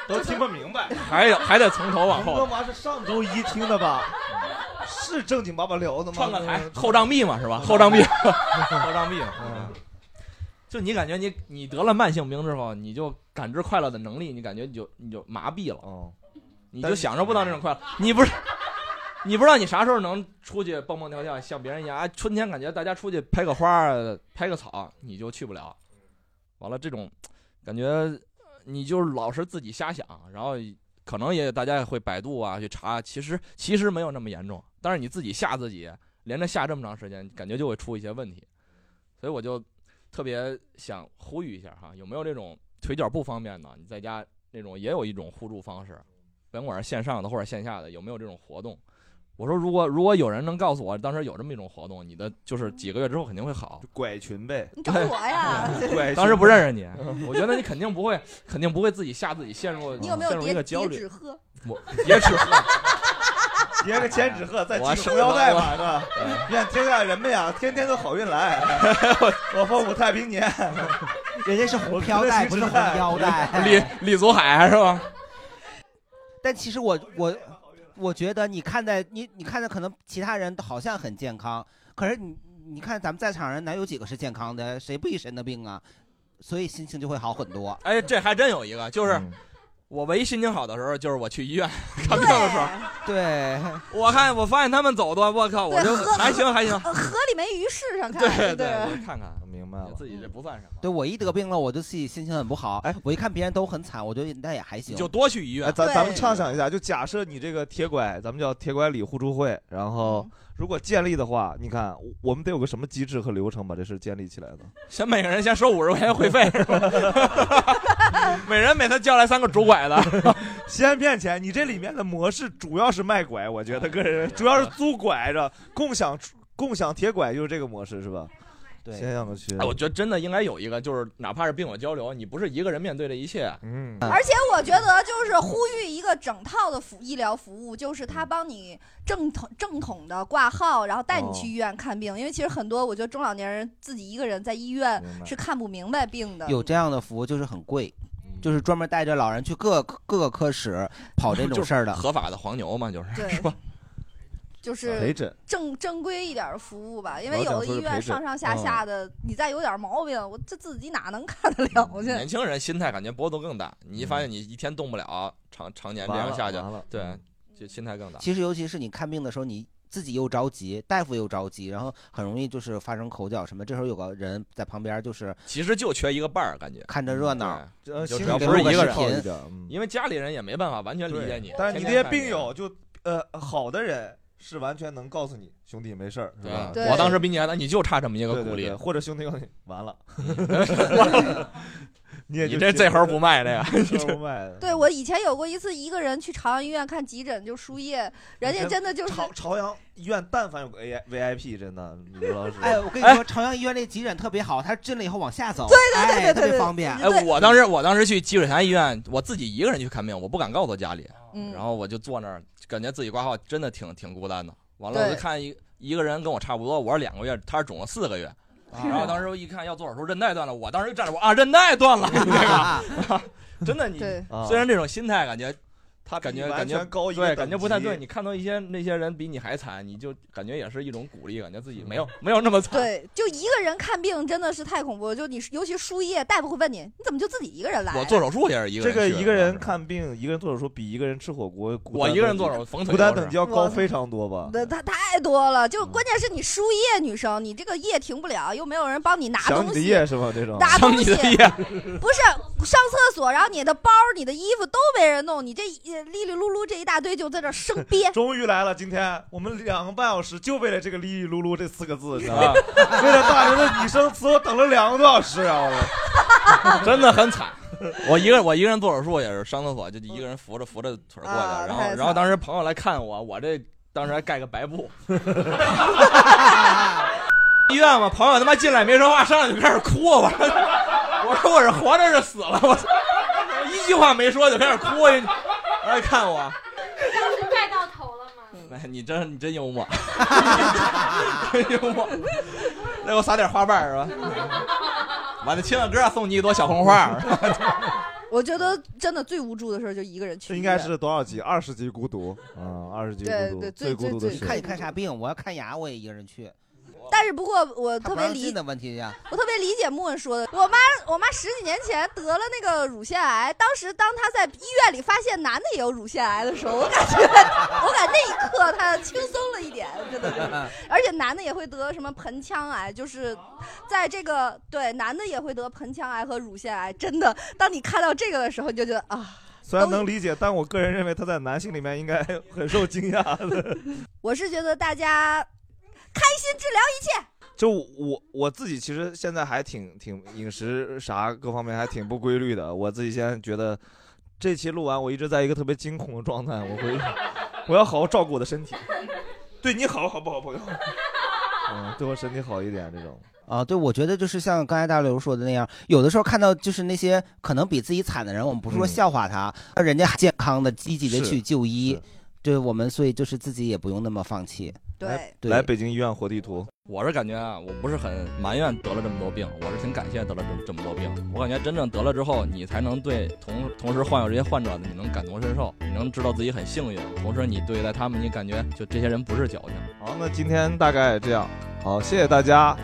A: 都听不明白。
D: 还有还得从 头往
A: 红哥
D: 后
A: 妈是上周一听的吧？是正经八百聊的吗？
D: 串个台，后账密嘛是吧？后 账密，后账密。
A: 嗯
D: 就你感觉你你得了慢性病之后，你就感知快乐的能力，你感觉你就你就麻痹了，你就享受不到那种快乐。你不是你不知道你啥时候能出去蹦蹦跳跳，像别人一样。啊春天感觉大家出去拍个花儿、拍个草，你就去不了。完了，这种感觉你就是老是自己瞎想，然后可能也大家也会百度啊去查，其实其实没有那么严重，但是你自己吓自己，连着吓这么长时间，感觉就会出一些问题。所以我就特别想呼吁一下哈，有没有这种腿脚不方便的，你在家那种也有一种互助方式，甭管是线上的或者线下的，有没有这种活动？我说，如果如果有人能告诉我，当时有这么一种活动，你的就是几个月之后肯定会好。
A: 拐群呗，
D: 你
A: 找我呀 拐群
D: 当时不认识你，我觉得你肯定不会，肯定不会自己吓自己陷入
C: 你有没有
D: 陷入一
C: 叠
D: 个焦
C: 叠
D: 虑
C: 纸。鹤？
D: 我别 吃喝，
A: 别个千纸鹤再
D: 我
A: 系
D: 是
A: 个红腰带
D: 我
A: 嘛，是吧？愿天下人们呀，天天都好运 来，我凤舞太平年。
B: 人家是红飘带，不是红腰带。
D: 李 李祖海是吧？
B: 但其实我我我觉得你看待你你看待可能其他人好像很健康，可是你你看咱们在场人哪有几个是健康的？谁不一身的病啊？所以心情就会好很多。
D: 哎，这还真有一个，就是
A: 嗯
D: 我唯一心情好的时候，就是我去医院 看病的时候。
B: 对，
D: 我看我发现他们走的，我靠，我就
C: 对喝
D: 还行还行。
C: 呃河里没鱼，市上看。
D: 对
C: 对
D: 对，看看
A: 明白了，
D: 自己这不算什么。
B: 对我一得病了，我就自己心情很不好。哎，我一看别人都很惨，我觉得那也还行。
D: 就多去医院
A: 哎，咱咱们畅想一下，就假设你这个铁拐，咱们叫铁拐李互助会，然后如果建立的话，你看我我们得有个什么机制和流程把这事建立起来呢？
D: 先每个人先收五十块钱会费，是吧？每人每次叫来三个拄拐的，
A: 先骗钱。你这里面的模式主要是卖拐，我觉得个人主要是租拐着共享共享铁拐就是这个模式是吧？
B: 对
A: 先让个去。
D: 哎，我觉得真的应该有一个，就是哪怕是病友交流，你不是一个人面对这一切。
A: 嗯
C: 而且我觉得就是呼吁一个整套的服医疗服务，就是
D: 嗯
C: 他帮你正统正统的挂号，然后带你
D: 哦
C: 去医院看病，因为其实很多我觉得中老年人自己一个人在医院是看不明白病的。
B: 有这样的服务就是很贵，
D: 嗯
B: 就是专门带着老人去各各个科室跑这种事儿的，
D: 合法的黄牛嘛，就是
C: 对
D: 是吧？
C: 就是
A: 陪诊
C: 正正规一点的服务吧，因
A: 我
C: 为
A: 想
C: 有的
A: 说
C: 医
A: 是陪
C: 院
A: 诊
C: 上上
D: 嗯
C: 下下的，你再有点毛病，我这自己哪能看得了去？
E: 年轻人心态感觉波动更大，你一
A: 嗯
E: 发现你一天动不了，常常年这
B: 完
E: 样
B: 了
E: 下去
B: 完了，
E: 对，就心态更大。
B: 其实尤其是你看病的时候，你自己又着急，大夫又着急，然后很容易就是发生口角什么。这时候有个人在旁边，就是
E: 其实就缺一个伴儿，感觉嗯
B: 看着热闹，
E: 对就
B: 心
E: 只要
B: 里
E: 不是
B: 录
E: 一个
B: 视频
E: 人好一点因为家里人也没办法完全理解你。
A: 嗯但是你这
E: 天
A: 些
E: 天看
A: 病友就呃好的人是完全能告诉你，兄弟没事儿，是吧？
E: 对我当时比你还大，你就差这么一个
A: 对对
E: 鼓励
A: 对或者兄弟告诉你完 了，你也
E: 你
A: 就
E: 这
A: 接
E: 这会儿不卖了 呀
A: 这会儿不卖了。
C: 对我以前有过一次，一个人去朝阳医院看急诊就输液，人家真的就是
A: 朝朝阳医院，但凡有个 A V I P，真的，刘老师，
B: 哎，我跟你说，朝阳医院那急诊特别好，他进了以后往下走，对对对特别方便。
E: 哎，我当时我当时去积水潭医院，我自己一个人去看病，我不敢告诉家里，
C: 嗯
E: 然后我就坐那儿，感觉自己挂号真的挺挺孤单的。完了，
D: 对
E: 我就看一一个人跟我差不多，我是两个月，他是肿了四个月。
A: 啊
E: 然后当时我一看要做手术，韧带断了，我当时就站着，我啊，韧带 断了，这 个真的你
C: 对
B: 哦
E: 虽然这种心态感觉。他感觉
A: 啊完
E: 感觉
A: 全高一个
E: 对，
A: 等
E: 感觉不太
A: 级
E: 对。你看到一些那些人比你还惨，你就感觉也是一种鼓励，感觉自
A: 嗯
E: 己没有没有那么惨。
C: 对，就一个人看病真的是太恐怖了。就你尤其输液，大夫会问你，你怎么就自己一个人来呀？
E: 术也是一个
A: 这
E: 人
A: 个
E: 去
A: 一个人看病，一个人做手术比一个人吃火锅，孤
E: 我
A: 单
E: 一个
A: 等
E: 人做
A: 级
E: 手术缝腿
A: 孤单
E: 都是
A: 等级要高
C: 我
A: 非常多吧？
C: 那他太多了，
A: 嗯
C: 就关键是你输液，女生你这个液停不了，又没有人帮你拿
A: 想
C: 东
A: 你的
C: 西，
A: 夜是吗？这种
C: 拿东西
A: 想你的夜。
C: 不是上厕所，然后你的包、你的衣服都没人弄，你这一哩哩噜噜这一大堆就在这生 憋
A: 终于来了，今天我们两个半小时就为了这个“哩哩噜噜”这四个字，你知道吗？
E: 啊
A: 为了大人的拟声词，我等了两个多小时啊！我
E: 真的很惨。我一个我一个人做手术也是上厕所，就一个人扶着扶着腿儿过去，
C: 啊
D: 哎
E: 哦然
C: 太
E: 后
C: 惨
E: 然后当时朋友来看我，我这当时还盖个白布。医院嘛，朋友他妈进来没说话，上来就开始哭，我说我说我是活着是死了，我操一句话没说就开始哭，来看我，
S: 当时盖到头了吗？
E: 哎，你真你真幽默， 真幽默，那给我撒点花瓣儿是吧？完了，亲了哥送你一朵小 红花，是吧
C: 我觉得真的最无助的事儿就一个人去
A: 这
C: 医
A: 应
C: 院，
A: 该是多少集？二十集孤独啊，二十集孤
C: 对
A: 独，
C: 对最
A: 最孤独的
C: 最
A: 时
B: 你
A: 刻
B: 看你看啥病？我要看牙，我也一个人去。
C: 但是不过我
B: 他
C: 特
B: 不
C: 别
B: 让
C: 理
B: 进的问题呀。
C: 我特别理解莫文说的，我妈我妈十几年前得了那个乳腺癌，当时当她在医院里发现男的也有乳腺癌的时候，我感觉 我感觉那一刻她轻松了一点，真的就是。而且男的也会得什么盆腔癌，就是在这个对男的也会得盆腔癌和乳腺癌，真的，当你看到这个的时候，你就觉得啊。
A: 虽然能理解，但我个人认为他在男性里面应该很受惊讶的。
C: 我是觉得大家开心治疗一切。
A: 就我我自己其实现在还挺挺饮食啥各方面还挺不规律的，我自己现在觉得这期录完，我一直在一个特别惊恐的状态，我会我要好好照顾我的身体，对你好好不好，朋友？嗯，对我身体好一点这种。
B: 啊，对，我觉得就是像刚才大刘说的那样，有的时候看到就是那些可能比自己惨的人，我们不是说
A: 嗯
B: 笑话他，而人家健康的、积极的
A: 是
B: 去就医，对我们，所以就是自己也不用那么放弃。哎
E: 对
B: 对
A: 来北京医院活地图，
E: 我是感觉啊，我不是很埋怨得了这么多病，我是挺感谢得了这这么多病。我感觉真正得了之后，你才能对同同时患有这些患者的，你能感同身受，你能知道自己很幸运。同时，你对待他们，你感觉就这些人不是矫情。
A: 好，那今天大概这样，好，谢谢大家，